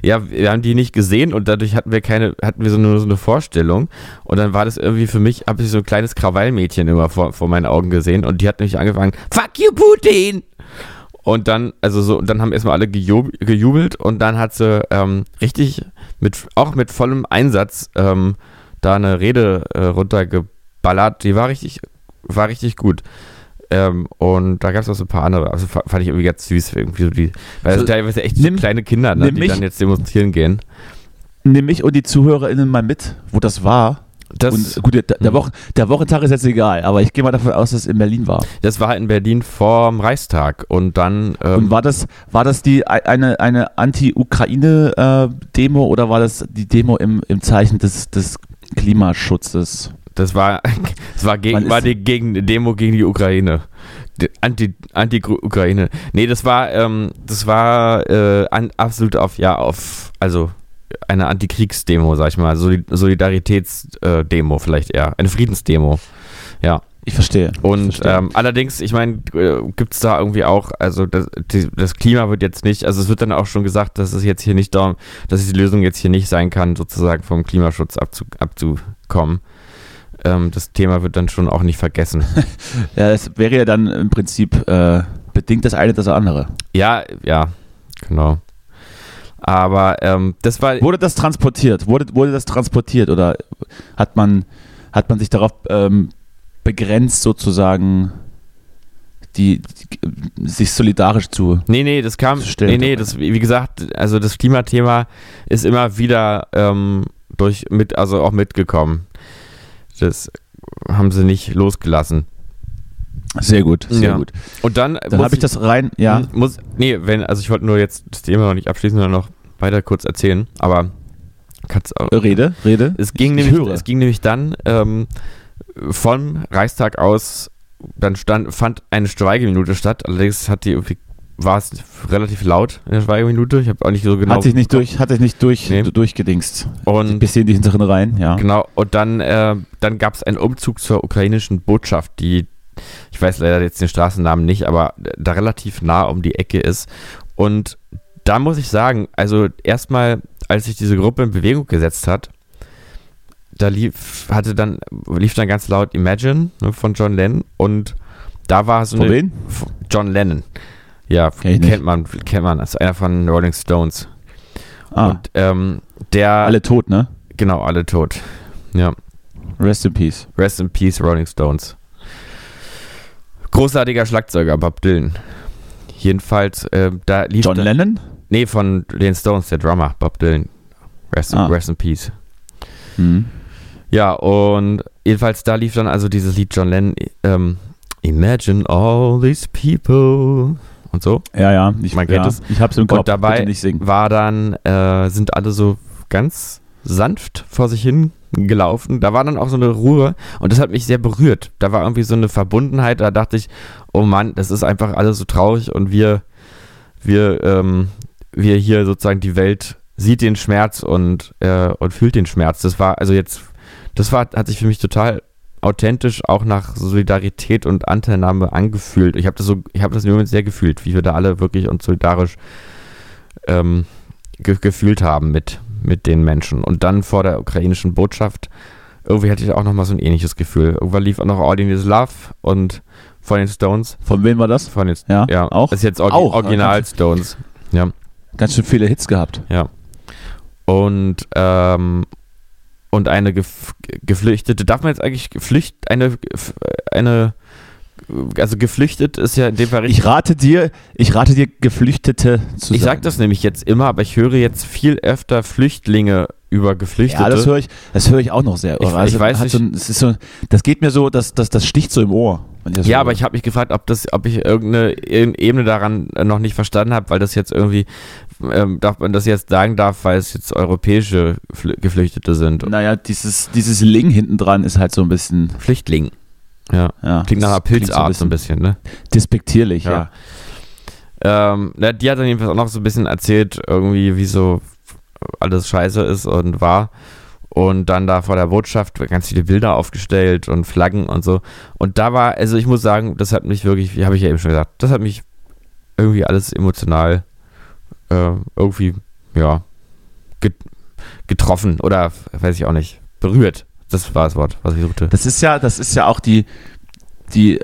Speaker 2: ja, wir haben die nicht gesehen und dadurch hatten wir keine, hatten wir so nur so eine Vorstellung. Und dann war das irgendwie für mich, habe ich so ein kleines Krawallmädchen immer vor, vor meinen Augen gesehen und die hat nämlich angefangen, fuck you Putin! Und dann, also so, und dann haben erstmal alle gejub, gejubelt und dann hat sie ähm, richtig mit, auch mit vollem Einsatz ähm, da eine Rede äh, runtergeballert. Die war richtig, war richtig gut. Ähm, und da gab es auch so ein paar andere. Also fa- fand ich irgendwie ganz süß, irgendwie so die, weil
Speaker 3: So,
Speaker 2: es teilweise echt
Speaker 3: nimm-
Speaker 2: so kleine Kinder, ne,
Speaker 3: nimm
Speaker 2: die
Speaker 3: mich-
Speaker 2: dann jetzt demonstrieren gehen.
Speaker 3: Nimm mich und die ZuhörerInnen mal mit, wo das war.
Speaker 2: Das,
Speaker 3: und gut, der, der,
Speaker 2: Hm.
Speaker 3: Woche, der Wochentag ist jetzt egal, aber ich gehe mal davon aus, dass es in Berlin war.
Speaker 2: das war halt in Berlin vorm Reichstag und dann ähm,
Speaker 3: Und war das, war das die ei- eine, eine Anti-Ukraine-Demo oder war das die Demo im, im Zeichen des, des Klimaschutzes?
Speaker 2: das war das war
Speaker 3: Man
Speaker 2: gegen
Speaker 3: ist-
Speaker 2: war die gegen Demo gegen die Ukraine. Anti, Anti-Ukraine. nee, das war, ähm, das war äh, an, absolut auf, ja, auf, also eine Antikriegsdemo, sag ich mal. Soli- Solidaritätsdemo vielleicht eher. Eine Friedensdemo. Ja.
Speaker 3: Ich verstehe. ich
Speaker 2: Und
Speaker 3: verstehe.
Speaker 2: ähm, allerdings, ich meine, äh, gibt es da irgendwie auch, also das, die, das Klima wird jetzt nicht, also es wird dann auch schon gesagt, dass es jetzt hier nicht darum, dass die Lösung jetzt hier nicht sein kann, sozusagen vom Klimaschutz abzu, abzukommen. Ähm, das Thema wird dann schon auch nicht vergessen.
Speaker 3: ja, es wäre ja dann im Prinzip äh, bedingt das eine das andere.
Speaker 2: ja, ja, genau. Aber ähm, das war,
Speaker 3: Wurde das transportiert? Wurde, wurde das transportiert oder hat man, hat man sich darauf ähm, begrenzt, sozusagen die, die, sich solidarisch zu.
Speaker 2: Nee, nee, das kam.
Speaker 3: Das stimmt.
Speaker 2: Nee, nee, das, wie gesagt, also das Klimathema ist immer wieder ähm, durch mit, also auch mitgekommen. Das haben sie nicht losgelassen.
Speaker 3: Sehr gut, sehr
Speaker 2: Ja.
Speaker 3: gut.
Speaker 2: Und dann, äh,
Speaker 3: Dann
Speaker 2: muss hm,
Speaker 3: habe ich das rein, ja.
Speaker 2: Muss, nee, wenn, also ich wollte nur jetzt das Thema noch nicht abschließen, sondern noch weiter kurz erzählen, aber kannst auch.
Speaker 3: Rede, rede.
Speaker 2: Es ging,
Speaker 3: Ich
Speaker 2: nämlich,
Speaker 3: höre.
Speaker 2: es ging nämlich dann ähm, vom Reichstag aus, dann stand, fand eine Schweigeminute statt. Allerdings hat die irgendwie, war es relativ laut in der Schweigeminute. Ich habe auch nicht so genau.
Speaker 3: Hat sich nicht durch, hat sich nicht durch,
Speaker 2: Nee.
Speaker 3: durchgedingst. Ein
Speaker 2: und,
Speaker 3: bisschen in die hinteren Reihen, ja.
Speaker 2: genau, und dann, äh, dann gab es einen Umzug zur ukrainischen Botschaft, die, ich weiß leider jetzt den Straßennamen nicht, aber da relativ nah um die Ecke ist. Und da muss ich sagen, also erstmal, als sich diese Gruppe in Bewegung gesetzt hat, da lief, hatte dann, lief dann ganz laut Imagine ne, von John Lennon und da war so
Speaker 3: Von
Speaker 2: eine,
Speaker 3: wem?
Speaker 2: F- John Lennon. Ja,
Speaker 3: Kenn ich
Speaker 2: kennt
Speaker 3: nicht.
Speaker 2: man, kennt man, ist einer von Rolling Stones.
Speaker 3: Ah,
Speaker 2: Und ähm, der,
Speaker 3: alle tot, ne?
Speaker 2: genau, alle tot. Ja.
Speaker 3: Rest in peace.
Speaker 2: Rest in Peace, Rolling Stones. Großartiger Schlagzeuger, Bob Dylan. Jedenfalls, ähm, da lief.
Speaker 3: John Lennon?
Speaker 2: Nee, von den Stones, der Drummer, Bob Dylan. Rest in,
Speaker 3: Ah.
Speaker 2: Rest in Peace.
Speaker 3: Hm.
Speaker 2: Ja, und jedenfalls da lief dann also dieses Lied John Lennon, ähm, Imagine all these people und so.
Speaker 3: Ja, ja. Ich,
Speaker 2: Man kennt
Speaker 3: ja,
Speaker 2: es.
Speaker 3: ich hab's im Kopf.
Speaker 2: Und dabei
Speaker 3: Bitte nicht singen.
Speaker 2: war dann, äh, sind alle so ganz sanft vor sich hin gelaufen. Da war dann auch so eine Ruhe und das hat mich sehr berührt. Da war irgendwie so eine Verbundenheit, da dachte ich, oh Mann, das ist einfach alles so traurig und wir, wir, ähm, wir hier sozusagen die Welt sieht den Schmerz und, äh, und fühlt den Schmerz. Das war, also jetzt, das war, hat sich für mich total authentisch auch nach Solidarität und Anteilnahme angefühlt. Ich habe das so, ich habe das im Moment sehr gefühlt, wie wir da alle wirklich uns solidarisch ähm, ge gefühlt haben mit, mit den Menschen. Und dann vor der ukrainischen Botschaft, irgendwie hatte ich auch nochmal so ein ähnliches Gefühl. Irgendwann lief auch noch All You Need Is Love und von den Stones.
Speaker 3: Von wem war das?
Speaker 2: Von den,
Speaker 3: Ja,
Speaker 2: ja,
Speaker 3: auch?
Speaker 2: Ist jetzt Orgi-
Speaker 3: Auch,
Speaker 2: Original
Speaker 3: ganz-
Speaker 2: Stones.
Speaker 3: Ganz schön viele Hits gehabt.
Speaker 2: Und, ähm, und eine Gef Geflüchtete, darf man jetzt eigentlich Geflücht, eine, eine, also geflüchtet ist ja in dem Fall richtig.
Speaker 3: Ich rate dir, ich rate dir Geflüchtete zu
Speaker 2: Ich
Speaker 3: sagen.
Speaker 2: sage das nämlich jetzt immer, aber ich höre jetzt viel öfter Flüchtlinge über Geflüchtete.
Speaker 3: Ja, das höre ich, das höre ich auch noch sehr. Also
Speaker 2: Ich- ich weiß
Speaker 3: hat So ein, es ist so, das geht mir so, das, das, das sticht so im Ohr. wenn das
Speaker 2: Ja,
Speaker 3: höre.
Speaker 2: aber ich habe mich gefragt, ob das, ob ich irgendeine E- Ebene daran äh, noch nicht verstanden habe, weil das jetzt irgendwie, ähm, darf man das jetzt sagen darf, weil es jetzt europäische Flü- Geflüchtete sind.
Speaker 3: Naja, dieses, dieses Ling hinten dran ist halt so ein bisschen.
Speaker 2: Flüchtling. Ja.
Speaker 3: Ja,
Speaker 2: Klingt nach einer
Speaker 3: das
Speaker 2: Pilzart so
Speaker 3: so
Speaker 2: ein bisschen, ne?
Speaker 3: Despektierlich, ja.
Speaker 2: Ja. Ähm, na, die hat dann jedenfalls auch noch so ein bisschen erzählt, irgendwie, wie so alles scheiße ist und war. Und dann da vor der Botschaft ganz viele Bilder aufgestellt und Flaggen und so. Und da war, also ich muss sagen, das hat mich wirklich, wie habe ich ja eben schon gesagt, das hat mich irgendwie alles emotional äh, irgendwie, ja, get getroffen oder weiß ich auch nicht, berührt. Das war das Wort, was ich suchte.
Speaker 3: Das ist ja, das ist ja auch die, die,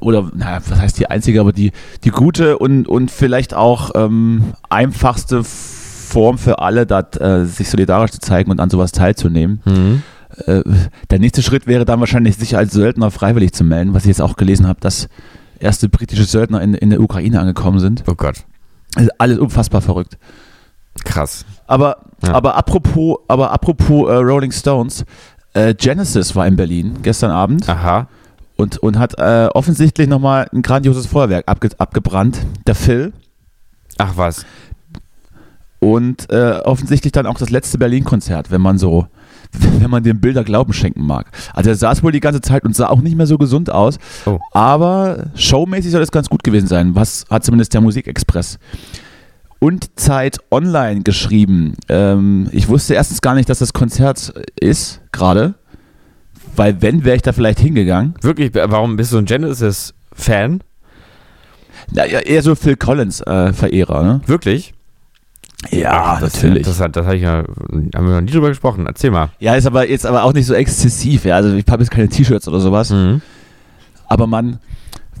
Speaker 3: oder na, was heißt die einzige, aber die, die gute und, und vielleicht auch ähm, einfachste Form für alle, dat, äh, sich solidarisch zu zeigen und an sowas teilzunehmen.
Speaker 2: Mhm.
Speaker 3: äh, der nächste Schritt wäre dann wahrscheinlich, sich als Söldner freiwillig zu melden, was ich jetzt auch gelesen habe, dass erste britische Söldner in, in der Ukraine angekommen sind.
Speaker 2: Oh Gott,
Speaker 3: Also alles unfassbar verrückt.
Speaker 2: krass.
Speaker 3: Aber,
Speaker 2: Ja.
Speaker 3: aber apropos, aber apropos äh, Rolling Stones, äh, Genesis war in Berlin gestern Abend
Speaker 2: Aha.
Speaker 3: und, und hat äh, offensichtlich nochmal ein grandioses Feuerwerk abge abgebrannt. Der Phil.
Speaker 2: Ach was.
Speaker 3: Und äh, offensichtlich dann auch das letzte Berlin-Konzert, wenn man so, wenn man den Bilder Glauben schenken mag. Also er saß wohl die ganze Zeit und sah auch nicht mehr so gesund aus,
Speaker 2: Oh.
Speaker 3: aber showmäßig soll es ganz gut gewesen sein, was hat zumindest der Musikexpress und Zeit online geschrieben. Ähm, ich wusste erstens gar nicht, dass das Konzert ist, gerade, weil wenn, wäre ich da vielleicht hingegangen.
Speaker 2: Wirklich, warum bist du ein Genesis-Fan?
Speaker 3: Naja, eher so Phil Collins-Verehrer, ne?
Speaker 2: Wirklich?
Speaker 3: Ja,
Speaker 2: das
Speaker 3: natürlich.
Speaker 2: Das, hat- das habe ich ja, haben wir noch nie drüber gesprochen. Erzähl mal.
Speaker 3: Ja, ist aber jetzt aber auch nicht so exzessiv. Ja. Also ich habe jetzt keine T-Shirts oder sowas.
Speaker 2: Mhm.
Speaker 3: Aber man,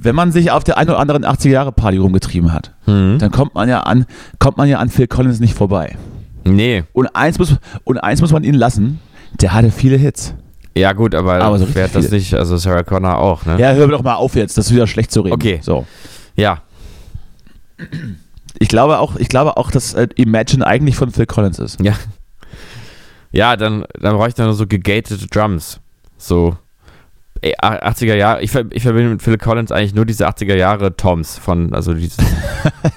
Speaker 3: wenn man sich auf der einen oder anderen 80 Jahre Party rumgetrieben hat,
Speaker 2: Mhm.
Speaker 3: dann kommt man ja an, kommt man ja an Phil Collins nicht vorbei.
Speaker 2: Nee.
Speaker 3: Und eins muss, und eins muss man ihn lassen. Der hatte viele Hits.
Speaker 2: Ja, gut, aber,
Speaker 3: Aber so richtig
Speaker 2: wer hat das
Speaker 3: viele.
Speaker 2: nicht? Also Sarah Connor auch, ne?
Speaker 3: Ja, hör doch mal auf jetzt, das ist wieder schlecht zu reden.
Speaker 2: Okay.
Speaker 3: So.
Speaker 2: ja.
Speaker 3: Ich glaube auch, ich glaube auch, dass äh, Imagine eigentlich von Phil Collins ist.
Speaker 2: Ja. Ja, dann, dann bräuchte ich noch so gegatete Drums. So. ey, a- 80er Jahre. Ich, ver- ich verbinde mit Phil Collins eigentlich nur diese 80er Jahre Toms von, also dieses,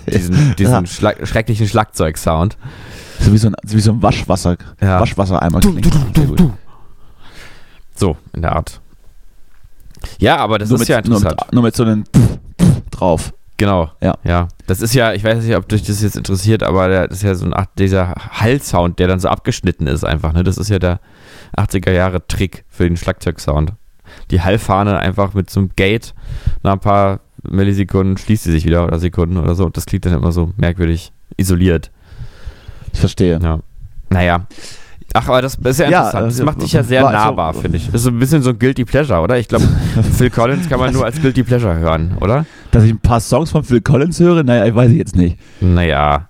Speaker 2: diesen, diesen
Speaker 3: Ja.
Speaker 2: Schlag, schrecklichen Schlagzeug-Sound.
Speaker 3: So wie so ein, so wie so ein Waschwasser,
Speaker 2: Ja.
Speaker 3: Waschwassereimer klingt. Sehr gut.
Speaker 2: So, in der Art. Ja, aber das
Speaker 3: nur
Speaker 2: ist
Speaker 3: mit,
Speaker 2: ja
Speaker 3: nur,
Speaker 2: interessant.
Speaker 3: mit, nur mit so einem Pf, Pf drauf.
Speaker 2: Genau.
Speaker 3: Ja.
Speaker 2: Ja. Das ist ja, ich weiß nicht, ob dich das jetzt interessiert, aber der, das ist ja so ein Ach- dieser Hallsound, der dann so abgeschnitten ist einfach, ne? Das ist ja der 80er Jahre Trick für den Schlagzeugsound. Die Hallfahne einfach mit so einem Gate nach ein paar Millisekunden schließt sie sich wieder oder Sekunden oder so. Und das klingt dann immer so merkwürdig isoliert.
Speaker 3: Ich verstehe.
Speaker 2: Ja. Naja. Ach, aber das ist ja
Speaker 3: Ja,
Speaker 2: interessant. das
Speaker 3: äh,
Speaker 2: macht dich ja sehr
Speaker 3: war-
Speaker 2: nahbar,
Speaker 3: also-
Speaker 2: finde ich. Das ist so ein bisschen so ein Guilty Pleasure, oder? Ich glaube, Phil Collins kann man nur als Guilty Pleasure hören, oder?
Speaker 3: Dass ich ein paar Songs von Phil Collins höre, naja, ich weiß ich jetzt nicht.
Speaker 2: Naja.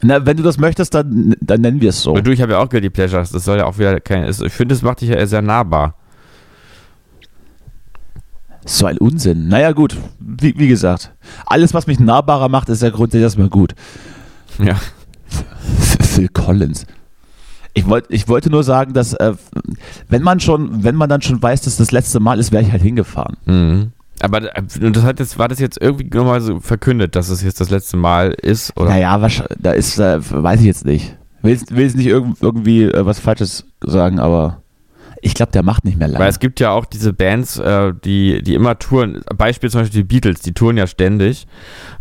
Speaker 3: Na, wenn du das möchtest, dann, dann nennen wir es so.
Speaker 2: Aber du, ich habe ja auch Guilty Pleasures. Das soll ja auch wieder kein. es- Ich finde, das macht dich ja sehr nahbar.
Speaker 3: So ein Unsinn. Naja, gut, wie, wie gesagt. Alles, was mich nahbarer macht, ist ja grundsätzlich erstmal gut.
Speaker 2: Ja.
Speaker 3: Phil Collins. Ich, wollt, ich wollte nur sagen, dass äh, wenn man schon, wenn man dann schon weiß, dass das letzte Mal ist, wäre ich halt hingefahren.
Speaker 2: Mhm. Aber äh, und das hat jetzt, war das jetzt irgendwie nochmal so verkündet, dass es jetzt das letzte Mal ist? Oder?
Speaker 3: Naja, wahrsch- da ist, äh, weiß ich jetzt nicht. Willst willst nicht irgend, irgendwie äh, was Falsches sagen, aber ich glaube, der macht nicht mehr lange.
Speaker 2: Weil es gibt ja auch diese Bands, äh, die, die immer touren. Beispiel zum Beispiel die Beatles, die touren ja ständig.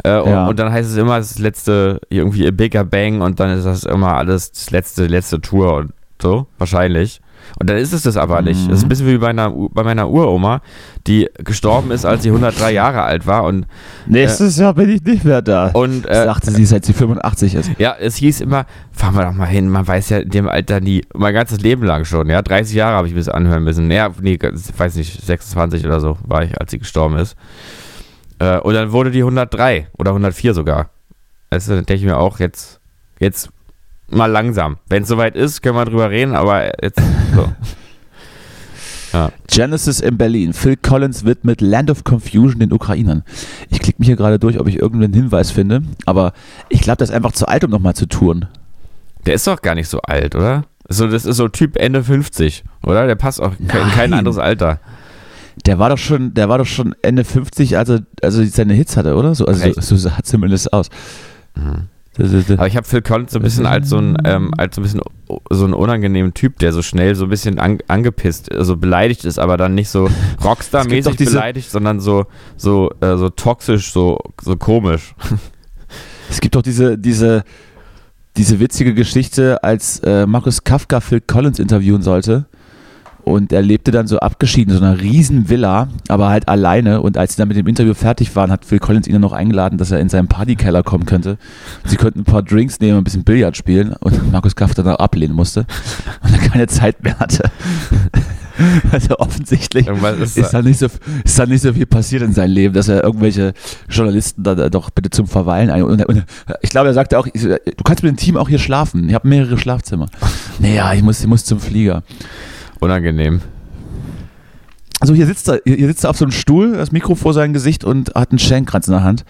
Speaker 2: Äh, und,
Speaker 3: Ja.
Speaker 2: und dann heißt es immer, das letzte, irgendwie ihr Bigger Bang und dann ist das immer alles das letzte, letzte Tour und so, wahrscheinlich. Und dann ist es das aber nicht. Das ist ein bisschen wie bei, einer, U- bei meiner Uroma, die gestorben ist, als sie 103 Jahre alt war und
Speaker 3: Nächstes Jahr bin ich nicht mehr da.
Speaker 2: Und äh,
Speaker 3: sagte sie, seit sie 85 ist. also
Speaker 2: ja, es hieß immer, fahren wir doch mal hin. Man weiß ja in dem Alter nie, mein ganzes Leben lang schon. Ja, 30 Jahre habe ich mir das anhören müssen. Ja, nee, ganz- weiß nicht, 26 oder so war ich, als sie gestorben ist. Äh, und dann wurde die 103 oder 104 sogar. Also dann denke ich mir auch, jetzt, jetzt mal langsam. Wenn es soweit ist, können wir drüber reden, aber jetzt so.
Speaker 3: Genesis in Berlin. Phil Collins widmet Land of Confusion den Ukrainern. Ich klicke mich hier gerade durch, ob ich irgendeinen Hinweis finde, aber ich glaube, das ist einfach zu alt, um nochmal zu touren.
Speaker 2: Der ist doch gar nicht so alt, oder? So, das ist so Typ Ende 50, oder? Der passt auch in kein
Speaker 3: Nein.
Speaker 2: anderes Alter.
Speaker 3: Der war doch schon, der war doch schon Ende 50, als er, als er seine Hits hatte, oder? So, also
Speaker 2: Echt?
Speaker 3: so, so sah zumindest aus. Das ist- äh,
Speaker 2: Aber ich habe Phil Collins so ein bisschen als so ein, ähm, als so ein bisschen o- so ein unangenehmen Typ, der so schnell so ein bisschen an, angepisst, äh, so beleidigt ist, aber dann nicht so
Speaker 3: Es gibt
Speaker 2: Rockstar-mäßig
Speaker 3: doch diese-
Speaker 2: beleidigt, sondern so so äh, so toxisch, so so komisch.
Speaker 3: Es gibt doch diese, diese, diese witzige Geschichte, als äh, Markus Kafka Phil Collins interviewen sollte. Und er lebte dann so abgeschieden in so einer riesen Villa, aber halt alleine. Und als sie dann mit dem Interview fertig waren, hat Phil Collins ihn dann noch eingeladen, dass er in seinen Partykeller kommen könnte. Sie könnten ein paar Drinks nehmen, ein bisschen Billard spielen. Und Markus Kafka dann auch ablehnen musste, weil er keine Zeit mehr hatte. Also offensichtlich
Speaker 2: Irgendwas ist
Speaker 3: ist
Speaker 2: da-
Speaker 3: da nicht so, ist da nicht so viel passiert in seinem Leben, dass er irgendwelche Journalisten da, da doch bitte zum Verweilen ein. Und, und ich glaube, er sagte auch, ich, so, du kannst mit dem Team auch hier schlafen. Ich habe mehrere Schlafzimmer. Naja, ich muss, ich muss zum Flieger.
Speaker 2: unangenehm.
Speaker 3: Also hier sitzt er, hier sitzt er auf so einem Stuhl, das Mikro vor seinem Gesicht und hat einen Schenkranz in der Hand.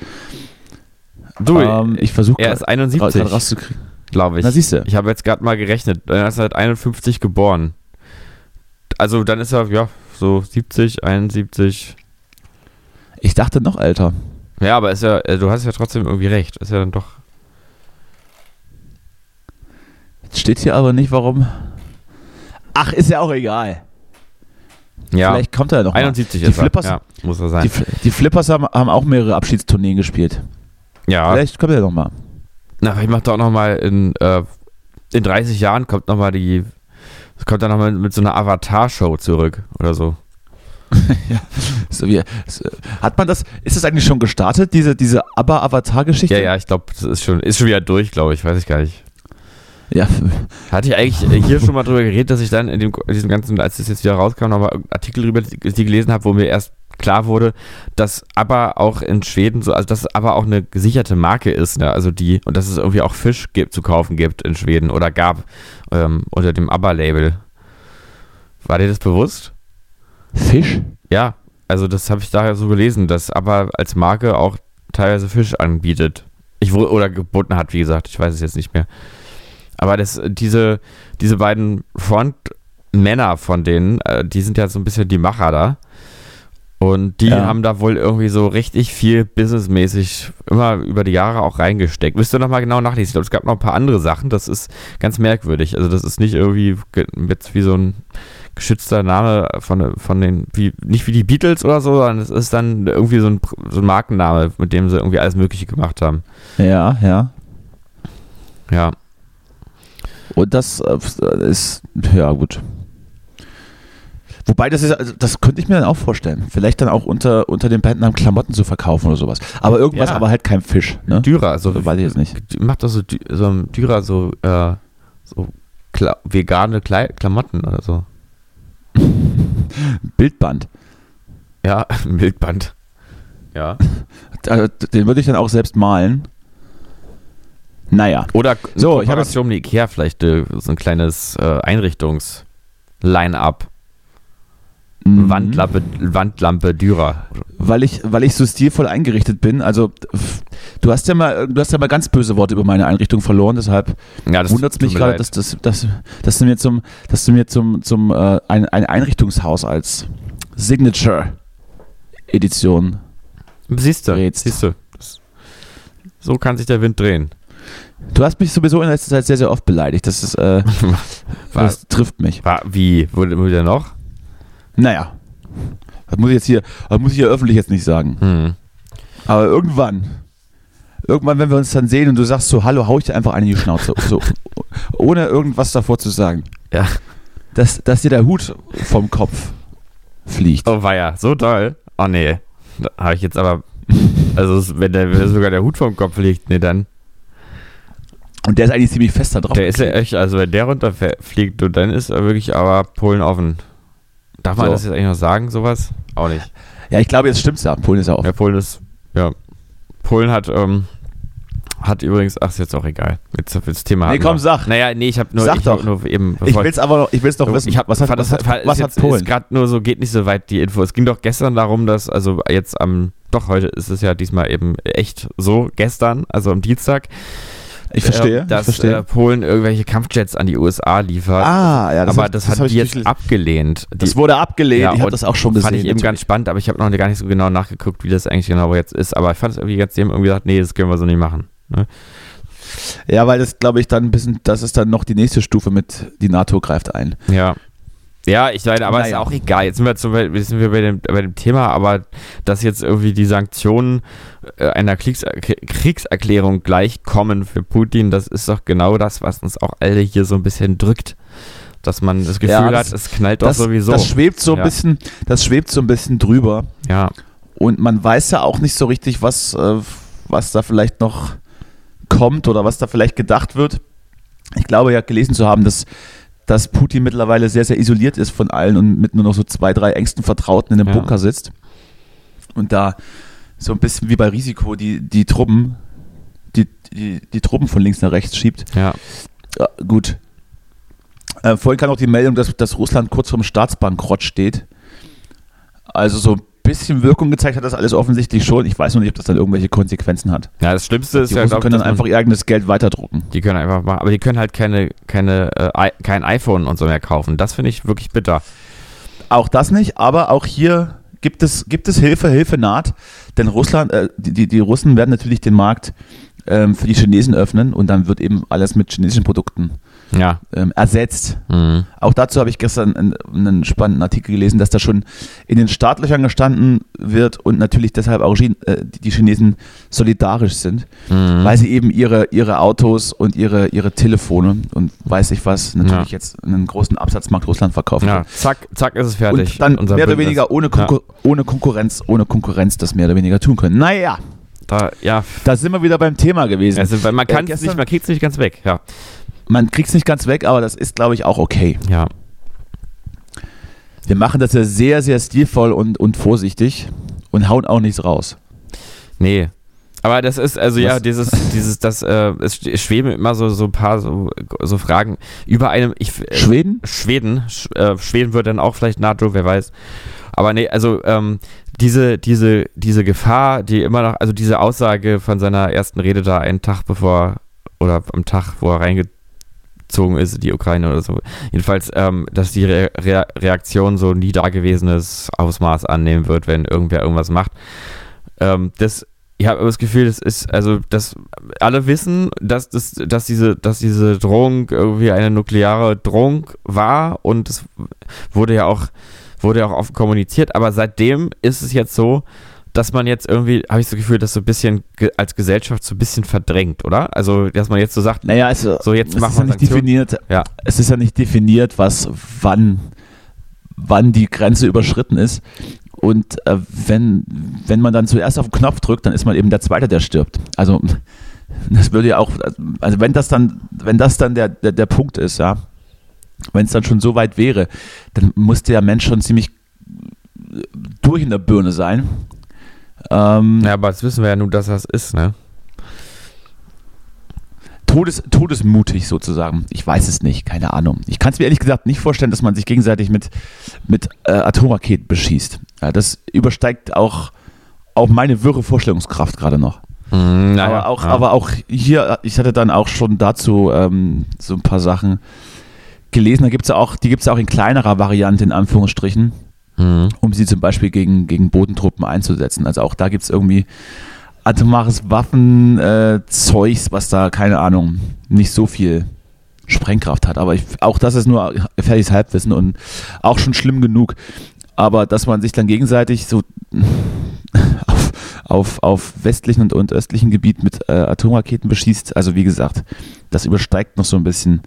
Speaker 2: Du,
Speaker 3: Ähm, ich versuche
Speaker 2: Ah, er ist
Speaker 3: gerade
Speaker 2: 71,
Speaker 3: gerade rauszukriegen.
Speaker 2: glaube ich.
Speaker 3: Na siehst du.
Speaker 2: Ich habe jetzt gerade mal gerechnet, er ist seit 51 geboren. Also dann ist er ja so 70, 71.
Speaker 3: Ich dachte noch älter.
Speaker 2: Ja, aber ist ja, äh, du hast ja trotzdem irgendwie recht. Ist ja dann doch
Speaker 3: Jetzt Steht hier aber nicht, warum. Ach, ist ja auch egal.
Speaker 2: Ja,
Speaker 3: Vielleicht kommt er ja noch. mal.
Speaker 2: 71
Speaker 3: die
Speaker 2: ist er.
Speaker 3: Flippers,
Speaker 2: Ja, muss er sein.
Speaker 3: die, Fl- die Flippers haben, haben auch mehrere Abschiedstourneen gespielt.
Speaker 2: Ja,
Speaker 3: Vielleicht kommt er noch mal.
Speaker 2: Na, vielleicht macht er auch nochmal in, äh, in 30 Jahren kommt nochmal die. Kommt er nochmal mit so einer Avatar-Show zurück oder so.
Speaker 3: So wie, so, hat man das? Ist das eigentlich schon gestartet? Diese diese Abba Avatar Geschichte?
Speaker 2: Ja, ja, ich glaube, das ist schon, ist schon wieder durch, glaube ich, weiß ich gar nicht.
Speaker 3: Ja,
Speaker 2: Hatte ich eigentlich äh, hier schon mal drüber geredet, dass ich dann in, dem, in diesem ganzen, als das jetzt wieder rauskam, nochmal irgendeinen Artikel drüber die gelesen habe, wo mir erst klar wurde, dass ABBA auch in Schweden so, also dass ABBA auch eine gesicherte Marke ist, ne? also die, und dass es irgendwie auch Fisch gibt, zu kaufen gibt in Schweden oder gab ähm, unter dem ABBA-Label. War dir das bewusst?
Speaker 3: Fisch?
Speaker 2: Ja, also das habe ich daher so gelesen, dass aber als Marke auch teilweise Fisch anbietet. Ich wo- oder geboten hat, wie gesagt, ich weiß es jetzt nicht mehr. Aber das, diese, diese beiden Frontmänner von denen, äh, die sind ja so ein bisschen die Macher da. Und die
Speaker 3: Ja.
Speaker 2: haben da wohl irgendwie so richtig viel businessmäßig immer über die Jahre auch reingesteckt. Müsst ihr nochmal genau nachlesen. Ich glaube, es gab noch ein paar andere Sachen. Das ist ganz merkwürdig. Also, das ist nicht irgendwie ge- jetzt wie so ein geschützter Name von, von den, wie, nicht wie die Beatles oder so, sondern es ist dann irgendwie so ein, Pr- so ein Markenname, mit dem sie irgendwie alles Mögliche gemacht haben.
Speaker 3: Ja, ja.
Speaker 2: Ja.
Speaker 3: Und das äh, ist ja gut. Wobei das ist, also das könnte ich mir dann auch vorstellen. Vielleicht dann auch unter unter den Bandnamen Klamotten zu verkaufen oder sowas. Aber irgendwas,
Speaker 2: Ja.
Speaker 3: aber halt kein Fisch. Ne?
Speaker 2: Dürer, also so,
Speaker 3: Weiß ich jetzt nicht.
Speaker 2: macht doch so, Dü- so ein Dürer so, äh, so Kla vegane Klei Klamotten oder so.
Speaker 3: Bildband.
Speaker 2: Ja, ein Bildband. Ja.
Speaker 3: Also, Den würde ich dann auch selbst malen. Naja.
Speaker 2: Oder so,
Speaker 3: So, ich
Speaker 2: ich
Speaker 3: habe
Speaker 2: habe
Speaker 3: jetzt-
Speaker 2: jetzt um die Ikea vielleicht äh, so ein kleines äh, Einrichtungs-Line-Up.
Speaker 3: Mhm.
Speaker 2: Wandlampe, Wandlampe Dürer.
Speaker 3: Weil ich, weil ich so stilvoll eingerichtet bin. Also f- du hast ja mal, du hast ja mal ganz böse Worte über meine Einrichtung verloren, deshalb
Speaker 2: Ja, das
Speaker 3: wundert es
Speaker 2: tut
Speaker 3: mich
Speaker 2: mir
Speaker 3: gerade,
Speaker 2: leid.
Speaker 3: dass, dass, dass, dass du mir zum, dass du mir zum, zum äh, ein, ein Einrichtungshaus als Signature Edition.
Speaker 2: Siehst du,
Speaker 3: Rätst.
Speaker 2: siehst du. Das- So kann sich der Wind drehen.
Speaker 3: Du hast mich sowieso in letzter Zeit sehr, sehr oft beleidigt. Das ist, äh, das trifft mich.
Speaker 2: Wa- Wie? Wo, wo der noch?
Speaker 3: Naja. Das muss ich jetzt hier, das muss ich hier öffentlich jetzt nicht sagen.
Speaker 2: Hm.
Speaker 3: Aber irgendwann, irgendwann, wenn wir uns dann sehen und du sagst so, hallo, hau ich dir einfach eine in die Schnauze. So, ohne irgendwas davor zu sagen.
Speaker 2: Ja.
Speaker 3: Dass, dass dir der Hut vom Kopf fliegt.
Speaker 2: Oh weia, so doll. Oh nee. Da habe ich jetzt aber. Also es- wenn der wenn sogar der Hut vom Kopf liegt, nee dann.
Speaker 3: Und der ist eigentlich ziemlich fest da drauf.
Speaker 2: Der ist ja echt, also wenn der runterfliegt, du, dann ist er wirklich aber Polen offen. Darf man
Speaker 3: So.
Speaker 2: das jetzt eigentlich noch sagen, sowas? Auch nicht.
Speaker 3: ja, ich glaube, jetzt stimmt's ja. Polen ist ja offen.
Speaker 2: Ja, Polen ist. Ja. Polen hat, ähm, hat übrigens, ach, ist jetzt auch egal. Jetzt für das Thema.
Speaker 3: Nee,
Speaker 2: hatten
Speaker 3: komm,
Speaker 2: wir.
Speaker 3: sag.
Speaker 2: Naja, nee, ich habe nur,
Speaker 3: Sag
Speaker 2: ich hab
Speaker 3: doch.
Speaker 2: nur eben.
Speaker 3: Ich
Speaker 2: bevor-
Speaker 3: will's aber noch, ich will's doch wissen.
Speaker 2: Ich hab,
Speaker 3: was hat,
Speaker 2: fand
Speaker 3: was
Speaker 2: das,
Speaker 3: hat,
Speaker 2: fand- ist
Speaker 3: was hat
Speaker 2: jetzt,
Speaker 3: Polen?
Speaker 2: Ist gerade nur so, geht nicht so weit die Info. Es ging doch gestern darum, dass, also jetzt am, doch heute ist es ja diesmal eben echt so, gestern, also am Dienstag,
Speaker 3: ich verstehe.
Speaker 2: äh, dass
Speaker 3: ich verstehe.
Speaker 2: Äh, Polen irgendwelche Kampfjets an die USA liefert.
Speaker 3: ah, ja,
Speaker 2: aber
Speaker 3: hab-
Speaker 2: das,
Speaker 3: hab
Speaker 2: hat
Speaker 3: ich
Speaker 2: die jetzt
Speaker 3: durchgelesen.
Speaker 2: abgelehnt. Die,
Speaker 3: Das wurde abgelehnt.
Speaker 2: Ja,
Speaker 3: ich habe
Speaker 2: und
Speaker 3: das auch schon gesehen.
Speaker 2: Fand ich eben ganz spannend, aber ich habe noch gar nicht so genau nachgeguckt, wie das eigentlich genau jetzt ist. Aber ich fand es irgendwie ganz eben irgendwie gesagt, nee, das können wir so nicht machen. Ne?
Speaker 3: ja, weil das, glaube ich, dann ein bisschen, das ist dann noch die nächste Stufe mit, die NATO greift ein.
Speaker 2: Ja. Ja, ich meine, aber ist
Speaker 3: Naja.
Speaker 2: auch egal. Jetzt sind wir, zum, Beispiel- jetzt sind wir bei, dem, bei dem Thema, aber dass jetzt irgendwie die Sanktionen äh, einer Kriegs Kriegserklärung gleichkommen für Putin, das ist doch genau das, was uns auch alle hier so ein bisschen drückt. Dass man das Gefühl
Speaker 3: Ja, das-
Speaker 2: hat, es knallt doch sowieso.
Speaker 3: Das schwebt so ein
Speaker 2: Ja.
Speaker 3: bisschen, das schwebt so ein bisschen drüber
Speaker 2: ja,
Speaker 3: und man weiß ja auch nicht so richtig, was, äh, was da vielleicht noch kommt oder was da vielleicht gedacht wird. Ich glaube ja gelesen zu haben, dass, dass Putin mittlerweile sehr, sehr isoliert ist von allen und mit nur noch so zwei, drei engsten Vertrauten in einem
Speaker 2: Ja.
Speaker 3: Bunker sitzt und da so ein bisschen wie bei Risiko die, die Truppen, die, die, die Truppen von links nach rechts schiebt.
Speaker 2: ja.
Speaker 3: Ja, gut. Äh, vorhin kam noch die Meldung, dass, dass Russland kurz vorm Staatsbankrott steht. Also so ein bisschen Wirkung gezeigt hat das alles offensichtlich schon. Ich weiß nur nicht, ob das dann irgendwelche Konsequenzen hat.
Speaker 2: Ja, das Schlimmste ist
Speaker 3: Die
Speaker 2: ja,
Speaker 3: Russen
Speaker 2: glaub ich,
Speaker 3: können dann
Speaker 2: dass man-
Speaker 3: einfach ihr eigenes Geld weiterdrucken.
Speaker 2: Die können einfach machen, aber die können halt keine, keine, äh, I- kein iPhone und so mehr kaufen. Das finde ich wirklich bitter.
Speaker 3: Auch das nicht, aber auch hier gibt es, gibt es Hilfe, Hilfe naht. Denn Russland, äh, die, die, die Russen werden natürlich den Markt ähm, für die Chinesen öffnen und dann wird eben alles mit chinesischen Produkten
Speaker 2: Ja.
Speaker 3: ähm, ersetzt.
Speaker 2: Mhm.
Speaker 3: Auch dazu habe ich gestern einen, einen spannenden Artikel gelesen, dass da schon in den Startlöchern gestanden wird und natürlich deshalb auch Chi- äh, die die Chinesen solidarisch sind,
Speaker 2: Mhm.
Speaker 3: weil sie eben ihre, ihre Autos und ihre, ihre Telefone und weiß ich was natürlich
Speaker 2: Ja.
Speaker 3: jetzt einen großen Absatzmarkt Russland verkaufen.
Speaker 2: Ja, zack, zack ist es fertig.
Speaker 3: Und dann
Speaker 2: Unser
Speaker 3: mehr oder
Speaker 2: Bündnis.
Speaker 3: weniger ohne, Konkur ohne Konkurrenz, ohne Konkurrenz das mehr oder weniger tun können. Naja,
Speaker 2: Da, ja,
Speaker 3: da sind wir wieder beim Thema gewesen.
Speaker 2: also, weil man
Speaker 3: Äh,
Speaker 2: kann es
Speaker 3: gestern-
Speaker 2: nicht, man kriegt es nicht ganz weg. Ja,
Speaker 3: Man kriegt es nicht ganz weg, aber das ist, glaube ich, auch okay.
Speaker 2: ja.
Speaker 3: Wir machen das ja sehr, sehr stilvoll und, und vorsichtig und hauen auch nichts raus.
Speaker 2: Nee. Aber das ist, also ja,
Speaker 3: Was-
Speaker 2: dieses, dieses, das, äh, es sch- schweben immer so, so ein paar so, so Fragen über einem, ich, äh,
Speaker 3: Schweden?
Speaker 2: Schweden, Sch äh, Schweden wird dann auch vielleicht NATO, wer weiß. Aber nee, also ähm, diese, diese, diese Gefahr, die immer noch, also diese Aussage von seiner ersten Rede da einen Tag bevor oder am Tag, wo er reingezogen ist, in die Ukraine oder so. Jedenfalls, ähm, dass die Re Re Reaktion so nie dagewesenes Ausmaß annehmen wird, wenn irgendwer irgendwas macht. Ähm, das, ich habe das Gefühl, das ist, also, dass alle wissen, dass, das, dass, diese, dass diese Drohung irgendwie eine nukleare Drohung war und es wurde ja auch, wurde ja auch oft kommuniziert, aber seitdem ist es jetzt so, dass man jetzt irgendwie, habe ich so Gefühl, das so ein bisschen ge- als Gesellschaft so ein bisschen verdrängt, oder? Also, dass man jetzt so sagt,
Speaker 3: Naja, es,
Speaker 2: So, jetzt machen wir
Speaker 3: es ist ja nicht
Speaker 2: Sanktionen.
Speaker 3: definiert.
Speaker 2: Ja.
Speaker 3: Es ist ja nicht definiert, was wann, wann die Grenze überschritten ist. Und äh, wenn, wenn man dann zuerst auf den Knopf drückt, dann ist man eben der Zweite, der stirbt. Also das würde ja auch, also wenn das dann, wenn das dann der, der, der Punkt ist, ja, wenn es dann schon so weit wäre, dann müsste der Mensch schon ziemlich durch in der Birne sein. Ähm,
Speaker 2: ja, aber das wissen wir ja nun, dass das ist, ne?
Speaker 3: Todes, todesmutig sozusagen. Ich weiß es nicht, keine Ahnung. Ich kann es mir ehrlich gesagt nicht vorstellen, dass man sich gegenseitig mit, mit äh, Atomraketen beschießt. Ja, das übersteigt auch, auch meine wirre Vorstellungskraft gerade noch.
Speaker 2: Mhm, naja,
Speaker 3: aber, auch,
Speaker 2: ja.
Speaker 3: aber auch hier, ich hatte dann auch schon dazu ähm, so ein paar Sachen gelesen. Da gibt's ja auch, die gibt es auch in kleinerer Variante, in Anführungsstrichen
Speaker 2: Mhm.
Speaker 3: um sie zum Beispiel gegen, gegen Bodentruppen einzusetzen. Also auch da gibt es irgendwie atomares Waffen, äh, Zeugs, was da, keine Ahnung, nicht so viel Sprengkraft hat. Aber ich, auch das ist nur gefährliches Halbwissen und auch schon schlimm genug. Aber dass man sich dann gegenseitig so auf, auf, auf westlichen und, und östlichen Gebiet mit äh, Atomraketen beschießt, also wie gesagt, das übersteigt noch so ein bisschen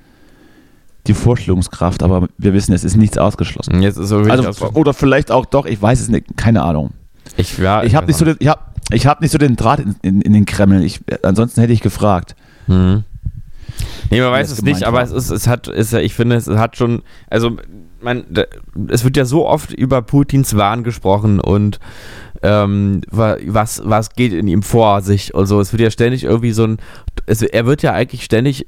Speaker 3: die Vorstellungskraft, aber wir wissen, es ist nichts ausgeschlossen.
Speaker 2: Jetzt ist so
Speaker 3: Also, f- oder vielleicht auch doch, ich weiß es nicht, keine Ahnung.
Speaker 2: ich, ja,
Speaker 3: Ich habe nicht, so den- ich hab, ich hab nicht so den Draht in, in, in den Kreml. Ich, ansonsten hätte ich gefragt.
Speaker 2: Mhm. Nee, man weiß
Speaker 3: das
Speaker 2: es nicht,
Speaker 3: gemeint
Speaker 2: aber
Speaker 3: war.
Speaker 2: es ist, es hat, ist ja, ich finde, es hat schon, also man, da- es wird ja so oft über Putins Wahn gesprochen und ähm, wa- was, was geht in ihm vor sich und so. Es wird ja ständig irgendwie so ein, es, er wird ja eigentlich ständig,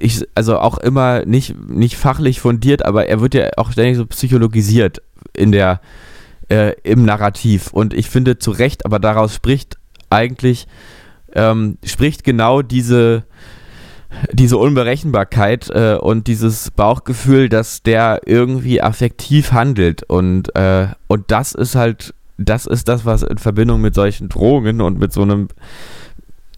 Speaker 2: ich, also auch immer nicht, nicht fachlich fundiert, aber er wird ja auch ständig so psychologisiert in der, äh, im Narrativ. Und ich finde zu Recht, aber daraus spricht eigentlich, ähm, spricht genau diese, diese Unberechenbarkeit äh, und dieses Bauchgefühl, dass der irgendwie affektiv handelt. Und, äh, und das ist halt, das ist das, was in Verbindung mit solchen Drohungen und mit so einem,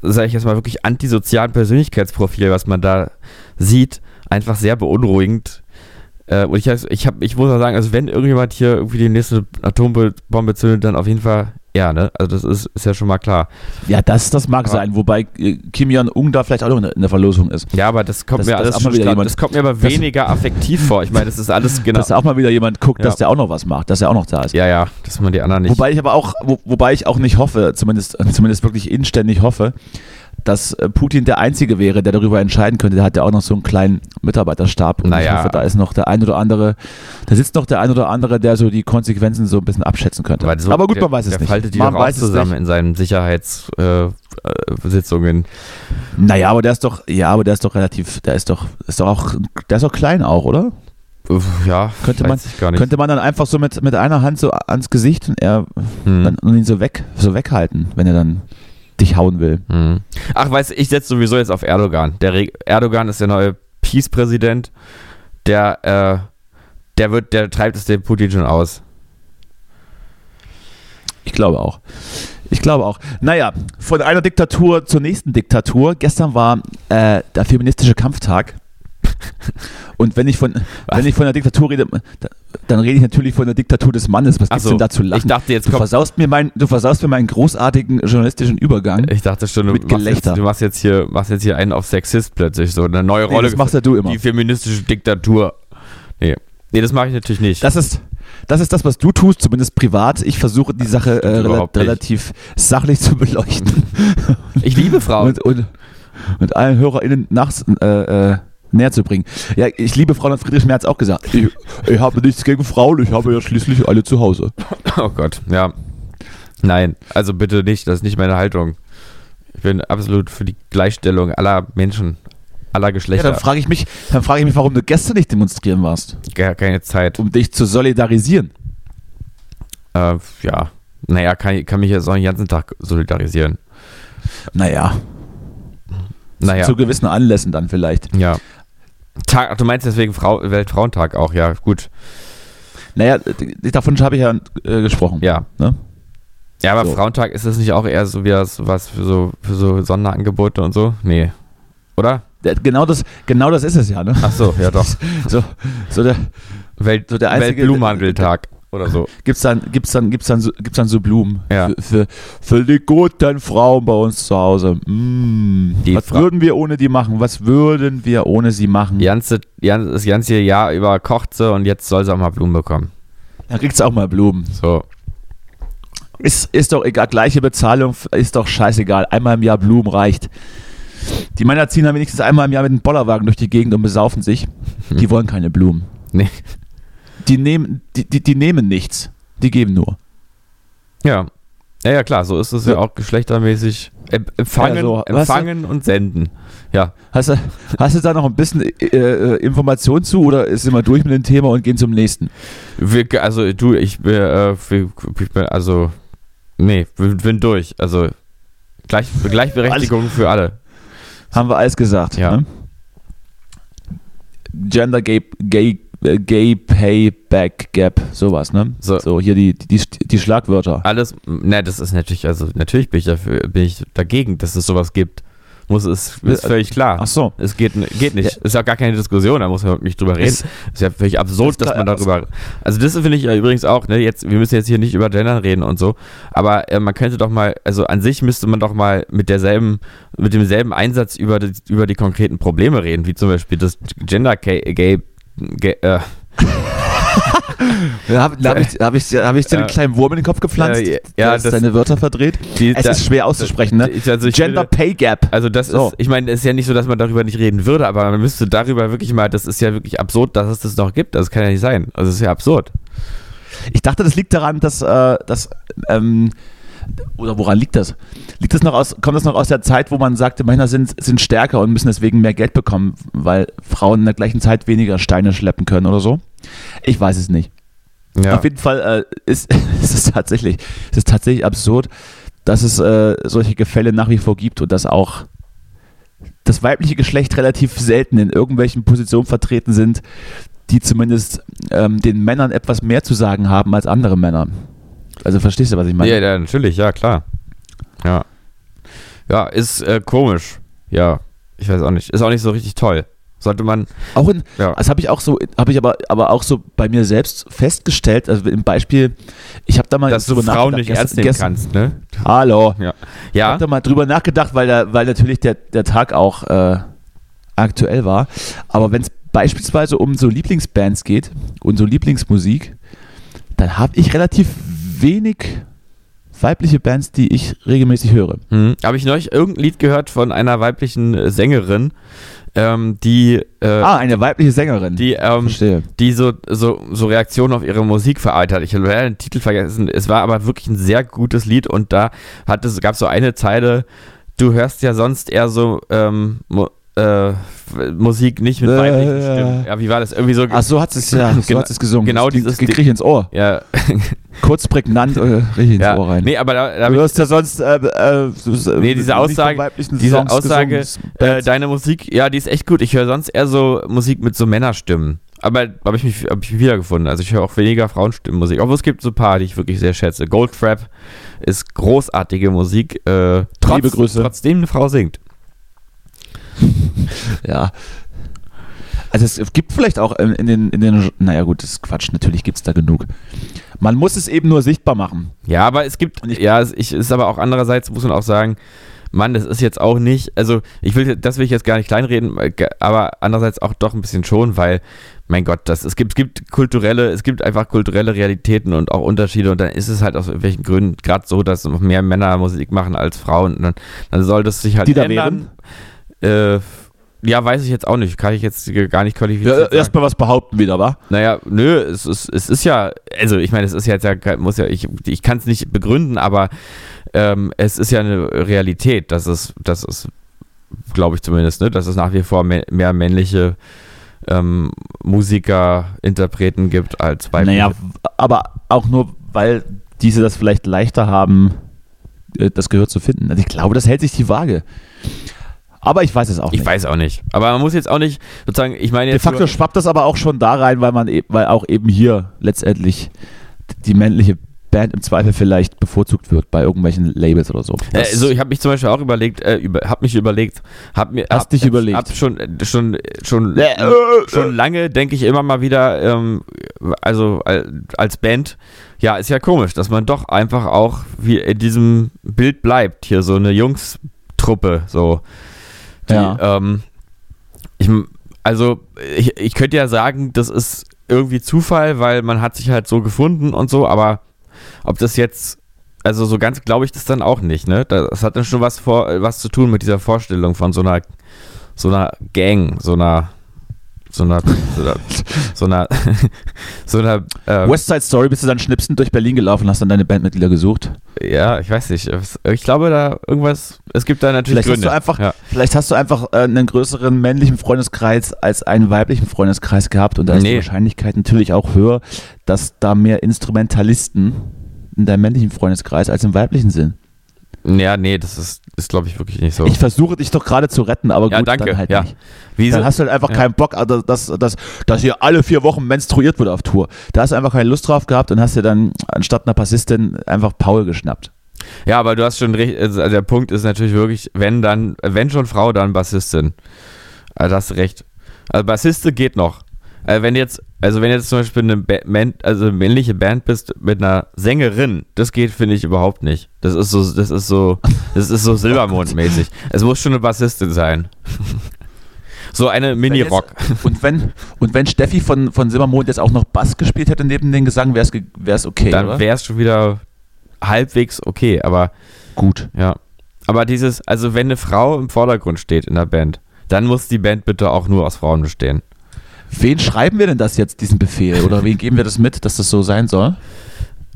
Speaker 2: sage ich jetzt mal, wirklich antisozialen Persönlichkeitsprofil, was man da sieht, einfach sehr beunruhigend. Äh, und ich, hab- ich, hab, ich muss auch sagen, also wenn irgendjemand hier irgendwie die nächste Atombombe zündet, dann auf jeden Fall er, ne? Also das ist, ist ja schon mal klar.
Speaker 3: Ja, das, das mag
Speaker 2: Aber-
Speaker 3: sein, wobei äh, Kim Jong-un da vielleicht auch noch in der, in der Verlosung ist.
Speaker 2: Ja, aber das kommt
Speaker 3: Das-
Speaker 2: mir
Speaker 3: das
Speaker 2: alles
Speaker 3: ist auch mal
Speaker 2: schon
Speaker 3: wieder
Speaker 2: stark-
Speaker 3: jemand-
Speaker 2: Das kommt mir aber
Speaker 3: das-
Speaker 2: weniger affektiv vor. Ich meine, das ist alles genau.
Speaker 3: Dass da auch mal wieder jemand guckt,
Speaker 2: Ja.
Speaker 3: dass der auch noch was macht, dass er auch noch da ist.
Speaker 2: ja, ja, dass man die anderen nicht.
Speaker 3: Wobei ich aber auch, wo, wobei ich auch nicht hoffe, zumindest, zumindest wirklich inständig hoffe, dass äh, Putin der Einzige wäre, der darüber entscheiden könnte. Der hat ja auch noch so einen kleinen Mitarbeiterstab. Und
Speaker 2: Naja.
Speaker 3: ich hoffe, da ist noch der ein oder andere, da sitzt noch der ein oder andere, der so die Konsequenzen so ein bisschen abschätzen könnte.
Speaker 2: Weil so-
Speaker 3: aber gut,
Speaker 2: der,
Speaker 3: man weiß es
Speaker 2: der
Speaker 3: nicht.
Speaker 2: faltet die
Speaker 3: man
Speaker 2: doch auch zusammen in seinen Sicherheitssitzungen. Äh, Sitzungen.
Speaker 3: es nicht. Naja, aber der ist doch, ja, aber der ist doch relativ, der ist doch, ist doch auch, der ist doch klein auch, oder?
Speaker 2: Uff, ja,
Speaker 3: Könnte man-
Speaker 2: weiß ich gar nicht.
Speaker 3: Könnte man dann einfach so mit, mit einer Hand so ans Gesicht und er
Speaker 2: Hm,
Speaker 3: dann, und ihn so weg, so weghalten, wenn er dann dich hauen will.
Speaker 2: hm. Ach, weißt du, ich setze sowieso jetzt auf Erdogan. Der Re Erdogan ist der neue Peace-Präsident. Der, äh, der wird, der treibt es den Putin schon aus.
Speaker 3: Ich glaube auch. Ich glaube auch. Naja, von einer Diktatur zur nächsten Diktatur. Gestern war äh, der feministische Kampftag. Und wenn ich von, wenn ich von der Diktatur rede, da- dann rede ich natürlich von der Diktatur des Mannes. Was
Speaker 2: Ach
Speaker 3: gibt's
Speaker 2: so,
Speaker 3: denn dazu lachen?
Speaker 2: ich dachte, jetzt
Speaker 3: du
Speaker 2: kommt-
Speaker 3: versaust mir meinen, du versaust mir meinen großartigen journalistischen Übergang.
Speaker 2: Ich dachte schon, du,
Speaker 3: Mit
Speaker 2: machst jetzt,
Speaker 3: Gelächter.
Speaker 2: du machst jetzt hier, machst jetzt hier einen auf Sexist plötzlich, so eine neue
Speaker 3: Nee,
Speaker 2: Rolle.
Speaker 3: das machst ja du immer.
Speaker 2: Die feministische Diktatur. Nee, nee das mache ich natürlich nicht.
Speaker 3: Das ist, das ist das, was du tust, zumindest privat. Ich versuche die Sache äh,
Speaker 2: stimmt
Speaker 3: rela
Speaker 2: überhaupt nicht.
Speaker 3: relativ sachlich zu beleuchten.
Speaker 2: ich liebe Frauen.
Speaker 3: und, und, und allen HörerInnen nachs, äh, äh, näher zu bringen. Ja, ich liebe Frauen, hat Friedrich Merz auch gesagt. Ich, ich habe nichts gegen Frauen, ich habe ja schließlich alle zu Hause.
Speaker 2: Oh Gott, ja. Nein, also bitte nicht, das ist nicht meine Haltung. Ich bin absolut für die Gleichstellung aller Menschen, aller
Speaker 3: Ja,
Speaker 2: Geschlechter.
Speaker 3: dann frage ich mich, dann frage ich mich, warum du gestern nicht demonstrieren warst,
Speaker 2: Gar keine Zeit.
Speaker 3: um dich zu solidarisieren.
Speaker 2: Äh, ja, naja, kann, ich- kann mich jetzt auch den ganzen Tag solidarisieren.
Speaker 3: Naja,
Speaker 2: Naja,
Speaker 3: zu gewissen Anlässen dann vielleicht.
Speaker 2: ja. Tag, ach, du meinst deswegen Frau, Weltfrauentag auch, ja, gut.
Speaker 3: Naja, d- davon habe ich ja äh, gesprochen.
Speaker 2: Ja,
Speaker 3: Ne?
Speaker 2: Ja, aber
Speaker 3: So.
Speaker 2: Frauentag ist das nicht auch eher so wie das, was für so, für so Sonderangebote und so? Nee. Oder?
Speaker 3: Ja, Genau, das, genau das ist es ja. Ne?
Speaker 2: Ach so, ja doch.
Speaker 3: So, so der,
Speaker 2: Welt,
Speaker 3: So der einzige-
Speaker 2: Weltblumenhandeltag oder so.
Speaker 3: gibt's dann gibt's dann gibt's dann so, gibt's dann so Blumen
Speaker 2: Ja.
Speaker 3: für, für, für die guten Frauen bei uns zu Hause. Mm.
Speaker 2: Die
Speaker 3: Was
Speaker 2: Fra-
Speaker 3: würden wir ohne die machen? Was würden wir ohne sie machen?
Speaker 2: Die ganze, die ganze- das ganze Jahr über kocht sie und jetzt soll sie auch mal Blumen bekommen.
Speaker 3: Dann kriegt's auch mal Blumen.
Speaker 2: So.
Speaker 3: Ist, ist doch egal, gleiche Bezahlung f- ist doch scheißegal. Einmal im Jahr Blumen reicht. Die Männer ziehen dann wenigstens einmal im Jahr mit dem Bollerwagen durch die Gegend und besaufen sich.
Speaker 2: Mhm.
Speaker 3: Die wollen keine Blumen.
Speaker 2: Nee.
Speaker 3: Die nehmen, die, die, die nehmen nichts. Die geben nur.
Speaker 2: Ja. Ja, ja, klar, so ist es ja, Also, auch geschlechtermäßig. Em- Empfangen,
Speaker 3: Ja, so, weißt du-
Speaker 2: empfangen und senden. Ja.
Speaker 3: Hast du, hast du da noch ein bisschen äh, äh, Information zu oder ist immer durch mit dem Thema und gehen zum nächsten?
Speaker 2: Wir, also du, ich, bin, äh, wir- ich bin, also, nee, bin, bin durch. Also, gleich, Gleichberechtigung für alle.
Speaker 3: Haben wir alles gesagt.
Speaker 2: Ja.
Speaker 3: Ne? Gender Gay, Gay, äh, Gay Pay Back Gap, sowas, ne?
Speaker 2: So.
Speaker 3: hier die, die, die, die Schlagwörter.
Speaker 2: alles, ne, das ist natürlich, also natürlich bin ich dafür, bin ich dagegen, dass es sowas gibt. Muss es, ist völlig klar.
Speaker 3: Ach so.
Speaker 2: Es geht, geht nicht. Ist ja gar keine Diskussion, da muss man nicht drüber reden.
Speaker 3: Ist-
Speaker 2: Ist, ja völlig absurd,
Speaker 3: ist
Speaker 2: dass
Speaker 3: klar,
Speaker 2: man darüber. Also das finde ich ja übrigens auch, ne, jetzt, wir müssen jetzt hier nicht über Gender reden und so, aber äh, man könnte doch mal, also an sich müsste man doch mal mit derselben, mit demselben Einsatz über die, über die konkreten Probleme reden, wie zum Beispiel das Gender Gay, Gay, Gay äh,
Speaker 3: Da habe hab ich, hab ich, hab ich dir einen
Speaker 2: Äh,
Speaker 3: kleinen Wurm in den Kopf gepflanzt,
Speaker 2: äh, ja,
Speaker 3: der ist
Speaker 2: das-
Speaker 3: deine Wörter verdreht.
Speaker 2: die,
Speaker 3: Es
Speaker 2: da-
Speaker 3: ist schwer auszusprechen, ne?
Speaker 2: Ich- also ich
Speaker 3: Gender
Speaker 2: würde-
Speaker 3: Pay Gap.
Speaker 2: Also das
Speaker 3: So.
Speaker 2: ist, ich meine, es ist ja nicht so, dass man darüber nicht reden würde, aber man müsste darüber wirklich mal, das ist ja wirklich absurd, dass es das noch gibt. Das kann ja nicht sein. Also es ist ja absurd.
Speaker 3: Ich dachte, das liegt daran, dass, äh, dass ähm, oder woran liegt das? Liegt das noch aus, kommt das noch aus der Zeit, wo man sagte, Männer sind, sind stärker und müssen deswegen mehr Geld bekommen, weil Frauen in der gleichen Zeit weniger Steine schleppen können oder so? Ich weiß es nicht.
Speaker 2: Ja.
Speaker 3: Auf jeden Fall äh, ist, ist es tatsächlich, es ist tatsächlich absurd, dass es äh, solche Gefälle nach wie vor gibt und dass auch das weibliche Geschlecht relativ selten in irgendwelchen Positionen vertreten sind, die zumindest ähm, den Männern etwas mehr zu sagen haben als andere Männer. Also verstehst du, was ich meine?
Speaker 2: Ja, ja, natürlich, ja, klar. Ja. Ja, ist äh, komisch. Ja, ich weiß auch nicht. Ist auch nicht so richtig toll. Sollte man. also,
Speaker 3: Auch in,
Speaker 2: Ja.
Speaker 3: das habe ich auch so, habe ich aber, aber auch so bei mir selbst festgestellt, also im Beispiel, ich habe da mal
Speaker 2: dass du
Speaker 3: drüber
Speaker 2: Frauen
Speaker 3: nachgedacht,
Speaker 2: nicht ernst
Speaker 3: Also, gestern-
Speaker 2: nehmen
Speaker 3: gestern-
Speaker 2: kannst, ne?
Speaker 3: Hallo.
Speaker 2: Ja.
Speaker 3: Ich
Speaker 2: Ja.
Speaker 3: hab da mal drüber nachgedacht, weil, da, weil natürlich der, der Tag auch äh, aktuell war. Aber wenn es beispielsweise um so Lieblingsbands geht und so Lieblingsmusik, dann habe ich relativ wenig weibliche Bands, die ich regelmäßig höre.
Speaker 2: Hm. Habe ich neulich irgendein Lied gehört von einer weiblichen äh, Sängerin, ähm, die, äh,
Speaker 3: Ah, eine weibliche Sängerin.
Speaker 2: die ähm,
Speaker 3: Verstehe.
Speaker 2: die so, so, so Reaktionen auf ihre Musik verarbeitet hat. Ich habe leider den Titel vergessen. Es war aber wirklich ein sehr gutes Lied und da hat es, gab es so eine Zeile, du hörst ja sonst eher so ähm, mu äh, f- Musik nicht mit
Speaker 3: Äh,
Speaker 2: weiblichen
Speaker 3: ja.
Speaker 2: Stimmen. Ja, wie war das? Irgendwie so.
Speaker 3: Ach, so hat es ja, so
Speaker 2: Genau-
Speaker 3: hat's es gesungen.
Speaker 2: genau
Speaker 3: das ging-
Speaker 2: dieses-
Speaker 3: das krieg ich ins Ohr.
Speaker 2: ja,
Speaker 3: Kurz prägnant äh, richtig ins
Speaker 2: ja.
Speaker 3: Ohr rein.
Speaker 2: Nee, aber da, da hab
Speaker 3: du hörst ja sonst äh, äh,
Speaker 2: Nee, diese Aussage- diese Aussage, Äh, deine Musik, ja, die ist echt gut. Ich höre sonst eher so Musik mit so Männerstimmen. Aber habe ich mich hab ich mich wiedergefunden. Also ich höre auch weniger Frauenstimmenmusik. Obwohl es gibt so ein paar, die ich wirklich sehr schätze. Goldtrap ist großartige Musik. Äh, trotz,
Speaker 3: Liebe Grüße.
Speaker 2: Trotzdem eine Frau singt.
Speaker 3: Ja. Also es gibt vielleicht auch in in den, in den naja gut, das ist Quatsch, natürlich gibt es da genug. Man muss es eben nur sichtbar machen.
Speaker 2: Ja, aber es gibt,
Speaker 3: Und ich-
Speaker 2: ja, es ich, ist aber auch andererseits, muss man auch sagen, Mann, das ist jetzt auch nicht, also ich will, das will ich jetzt gar nicht kleinreden, äh, aber andererseits auch doch ein bisschen schon, weil, mein Gott, das, es gibt, gibt kulturelle, es gibt einfach kulturelle Realitäten und auch Unterschiede und dann ist es halt aus irgendwelchen Gründen gerade so, dass noch mehr Männer Musik machen als Frauen und dann, dann soll das sich halt
Speaker 3: Die da
Speaker 2: ändern. Äh, ja, weiß ich jetzt auch nicht, kann ich jetzt gar nicht qualifizieren.
Speaker 3: Erstmal was behaupten wieder, wa?
Speaker 2: Naja, nö, es ist, es ist ja, also ich meine, es ist ja jetzt ja, kein- muss ja, ich, ich kann es nicht begründen, aber ähm, es ist ja eine Realität, dass es, dass es, glaube ich zumindest, ne, dass es nach wie vor mehr, mehr männliche ähm, Musiker, Interpreten gibt als weibliche.
Speaker 3: Naja, aber auch nur, weil diese das vielleicht leichter haben, äh, das Gehör zu finden. Also ich glaube, das hält sich die Waage. Aber ich weiß es auch
Speaker 2: ich
Speaker 3: nicht.
Speaker 2: weiß auch nicht. Aber man muss jetzt auch nicht, sozusagen, ich meine
Speaker 3: De
Speaker 2: jetzt.
Speaker 3: facto
Speaker 2: nur-
Speaker 3: schwappt das aber auch schon da rein, weil man eben, weil auch eben hier letztendlich die männliche Band im Zweifel vielleicht bevorzugt wird bei irgendwelchen Labels oder so.
Speaker 2: Äh,
Speaker 3: Das-
Speaker 2: so, ich habe mich zum Beispiel auch überlegt, äh, über, habe mich überlegt, habe mir,
Speaker 3: Hast
Speaker 2: hab,
Speaker 3: dich überlegt.
Speaker 2: hab schon, schon, schon,
Speaker 3: Äh, äh,
Speaker 2: schon lange denke ich immer mal wieder, ähm, also äh, als Band, ja, ist ja komisch, dass man doch einfach auch wie in diesem Bild bleibt, hier so eine Jungs-Truppe, so. Die,
Speaker 3: ja.
Speaker 2: ähm, ich, m- also ich, ich könnte ja sagen, das ist irgendwie Zufall, weil man hat sich halt so gefunden und so, aber ob das jetzt, also so ganz glaube ich das dann auch nicht, ne? Das hat dann schon was vor, äh, was zu tun mit dieser Vorstellung von so einer, so einer Gang, so einer, so einer, so einer, so einer, so einer äh,
Speaker 3: West Side Story bist du dann schnipsend durch Berlin gelaufen, hast dann deine Bandmitglieder gesucht.
Speaker 2: ja, ich weiß nicht, es- ich glaube da irgendwas, es gibt da natürlich
Speaker 3: Vielleicht hast, du
Speaker 2: Gründe.
Speaker 3: einfach,
Speaker 2: ja.
Speaker 3: vielleicht hast du einfach äh, einen größeren männlichen Freundeskreis als einen weiblichen Freundeskreis gehabt und da ist die
Speaker 2: Nee.
Speaker 3: Wahrscheinlichkeit natürlich auch höher, dass da mehr Instrumentalisten in deinem männlichen Freundeskreis als im weiblichen sind.
Speaker 2: ja, nee, das ist, ist glaube ich wirklich nicht so.
Speaker 3: Ich versuche dich doch gerade zu retten, aber
Speaker 2: Ja,
Speaker 3: gut,
Speaker 2: danke,
Speaker 3: dann halt
Speaker 2: ja.
Speaker 3: nicht.
Speaker 2: Wieso-
Speaker 3: Dann hast du halt einfach
Speaker 2: Ja.
Speaker 3: keinen Bock, also, dass, dass, dass hier alle vier Wochen menstruiert wird auf Tour. Da hast du einfach keine Lust drauf gehabt und hast dir dann anstatt einer Bassistin einfach Paul geschnappt.
Speaker 2: Ja, aber du hast schon recht. Also der Punkt ist natürlich wirklich, wenn dann, wenn schon Frau, dann Bassistin. Also das recht. Also Bassiste geht noch. Also wenn jetzt, also wenn jetzt zum Beispiel eine Ba- Män- also eine männliche Band bist mit einer Sängerin, das geht finde ich überhaupt nicht. Das ist so, das ist so, das
Speaker 3: Oh
Speaker 2: ist so Silbermond-mäßig. Es muss schon eine Bassistin sein. so eine Mini-Rock.
Speaker 3: Und wenn, und wenn Steffi von, von Silbermond jetzt auch noch Bass gespielt hätte neben den Gesang, wäre es okay,
Speaker 2: Dann
Speaker 3: oder?
Speaker 2: wäre es schon wieder halbwegs okay, aber
Speaker 3: Gut.
Speaker 2: Ja. Aber dieses, also wenn eine Frau im Vordergrund steht in der Band, dann muss die Band bitte auch nur aus Frauen bestehen.
Speaker 3: Wen schreiben wir denn das jetzt, diesen Befehl? Oder wen geben wir das mit, dass das so sein soll?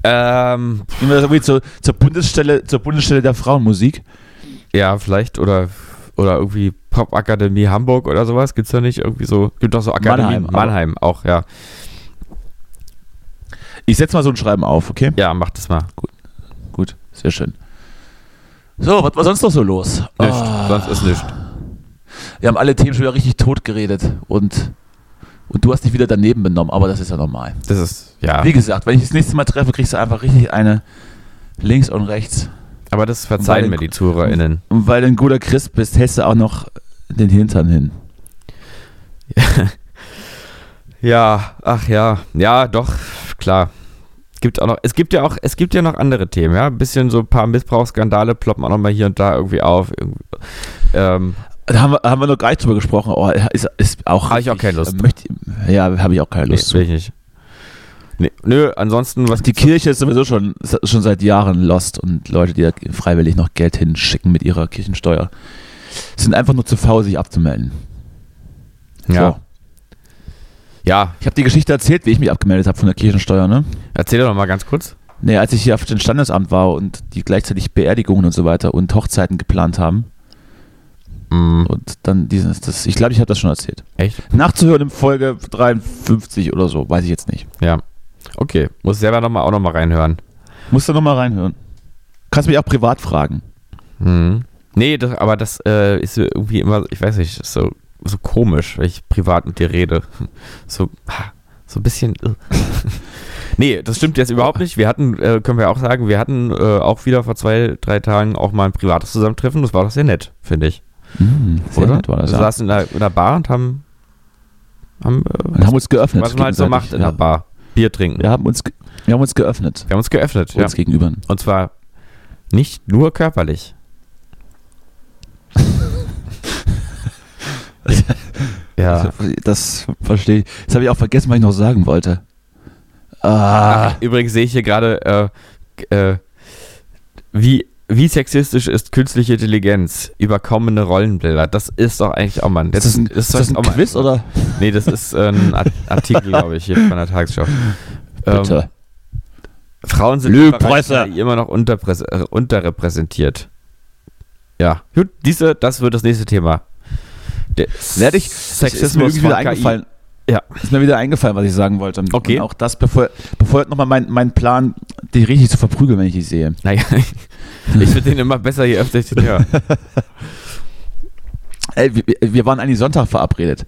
Speaker 2: Ähm,
Speaker 3: Gehen wir das irgendwie zur, zur, Bundesstelle, zur Bundesstelle der Frauenmusik?
Speaker 2: ja, vielleicht oder, oder irgendwie Popakademie Hamburg oder sowas. Gibt's da nicht irgendwie so, gibt doch so Akademien.
Speaker 3: Mannheim, aber-
Speaker 2: Mannheim auch, ja.
Speaker 3: Ich setze mal so ein Schreiben auf, okay?
Speaker 2: Ja, mach das mal.
Speaker 3: Gut, sehr schön. So, was war sonst noch so los?
Speaker 2: Nicht,
Speaker 3: Ah.
Speaker 2: sonst ist nichts.
Speaker 3: Wir haben alle Themen schon wieder richtig tot geredet und, und du hast dich wieder daneben benommen, aber das ist ja normal.
Speaker 2: Das ist, ja.
Speaker 3: Wie gesagt, wenn ich das nächste Mal treffe, kriegst du einfach richtig eine links und rechts.
Speaker 2: Aber das verzeihen
Speaker 3: Weil-
Speaker 2: mir die ZuhörerInnen.
Speaker 3: Und weil du ein guter Christ bist, hältst du auch noch den Hintern hin.
Speaker 2: Ja, ach ja, ja, doch, klar. Gibt auch noch, es gibt ja auch, es gibt ja noch andere Themen, ja. Ein bisschen so ein paar Missbrauchsskandale ploppen auch nochmal hier und da irgendwie auf. Irgendwie. Ähm,
Speaker 3: Da haben wir, haben wir noch gar nicht drüber gesprochen. Oh, ist, ist auch äh,
Speaker 2: Hab ich auch keine Lust.
Speaker 3: Möchte, ja, habe ich auch keine
Speaker 2: nee,
Speaker 3: Lust.
Speaker 2: will ich nicht. Nee, nö, ansonsten, was
Speaker 3: Die Kirche ist sowieso schon, schon seit Jahren lost und Leute, die da freiwillig noch Geld hinschicken mit ihrer Kirchensteuer, sind einfach nur zu faul, sich abzumelden.
Speaker 2: Ja.
Speaker 3: So.
Speaker 2: Ja,
Speaker 3: Ich habe die Geschichte erzählt, wie ich mich abgemeldet habe von der Kirchensteuer, ne?
Speaker 2: erzähl doch noch mal ganz kurz.
Speaker 3: Nee, als ich hier auf dem Standesamt war und die gleichzeitig Beerdigungen und so weiter und Hochzeiten geplant haben
Speaker 2: Mm,
Speaker 3: und dann dieses, das, ich glaube, ich habe das schon erzählt.
Speaker 2: echt?
Speaker 3: Nachzuhören in Folge 53 oder so, weiß ich jetzt nicht.
Speaker 2: Ja. Okay, muss selber noch mal, auch nochmal reinhören.
Speaker 3: Musst du nochmal reinhören. Kannst mich auch privat fragen.
Speaker 2: Mhm. Nee, das, aber das äh, ist irgendwie immer, ich weiß nicht, ist so, so komisch, wenn ich privat mit dir rede. So, ha, so ein bisschen. äh. nee, das stimmt jetzt überhaupt nicht. Wir hatten, äh, können wir auch sagen, wir hatten äh, auch wieder vor zwei, drei Tagen auch mal ein privates Zusammentreffen. Das war doch sehr nett, finde ich.
Speaker 3: Hm, sehr
Speaker 2: oder?
Speaker 3: nett war das,
Speaker 2: wir
Speaker 3: ja.
Speaker 2: saßen in einer, in einer Bar und haben Haben, äh,
Speaker 3: Und haben uns geöffnet.
Speaker 2: was man halt so macht in der
Speaker 3: gegenseitig,
Speaker 2: Bar. Bier trinken.
Speaker 3: ja. Wir haben uns, ge- wir haben uns geöffnet.
Speaker 2: Wir haben uns geöffnet. Ja.
Speaker 3: Uns gegenüber.
Speaker 2: Und zwar nicht nur körperlich. ja.
Speaker 3: Das verstehe ich. Das habe ich auch vergessen, was ich noch sagen wollte. Ah,
Speaker 2: Ach, übrigens sehe ich hier gerade, äh, äh, wie, wie sexistisch ist künstliche Intelligenz? Überkommene Rollenbilder. Das ist doch eigentlich auch mal ein.
Speaker 3: ist das ein, ist das
Speaker 2: doch
Speaker 3: ein
Speaker 2: auch mal-
Speaker 3: Quiz oder?
Speaker 2: Nee, das ist äh, ein Art- Artikel, glaube ich, hier von der Tagesschau. Ähm,
Speaker 3: Bitte.
Speaker 2: Frauen sind
Speaker 3: Lüge,
Speaker 2: im Bereich
Speaker 3: Presse.
Speaker 2: KI immer noch unterpräs- äh, unterrepräsentiert. Ja, gut, diese, das wird das nächste Thema. Der
Speaker 3: Werd ich- ist mir
Speaker 2: Sexismus
Speaker 3: irgendwie
Speaker 2: von
Speaker 3: wieder
Speaker 2: KI.
Speaker 3: eingefallen.
Speaker 2: Ja.
Speaker 3: Ist mir wieder eingefallen, was ich sagen wollte.
Speaker 2: Okay.
Speaker 3: Und auch das, bevor, bevor nochmal mein, mein Plan, dich richtig zu verprügeln, wenn ich dich sehe.
Speaker 2: Naja, ich finde den immer besser, je öfter ich den höre.
Speaker 3: Ey, wir, wir waren eigentlich Sonntag verabredet.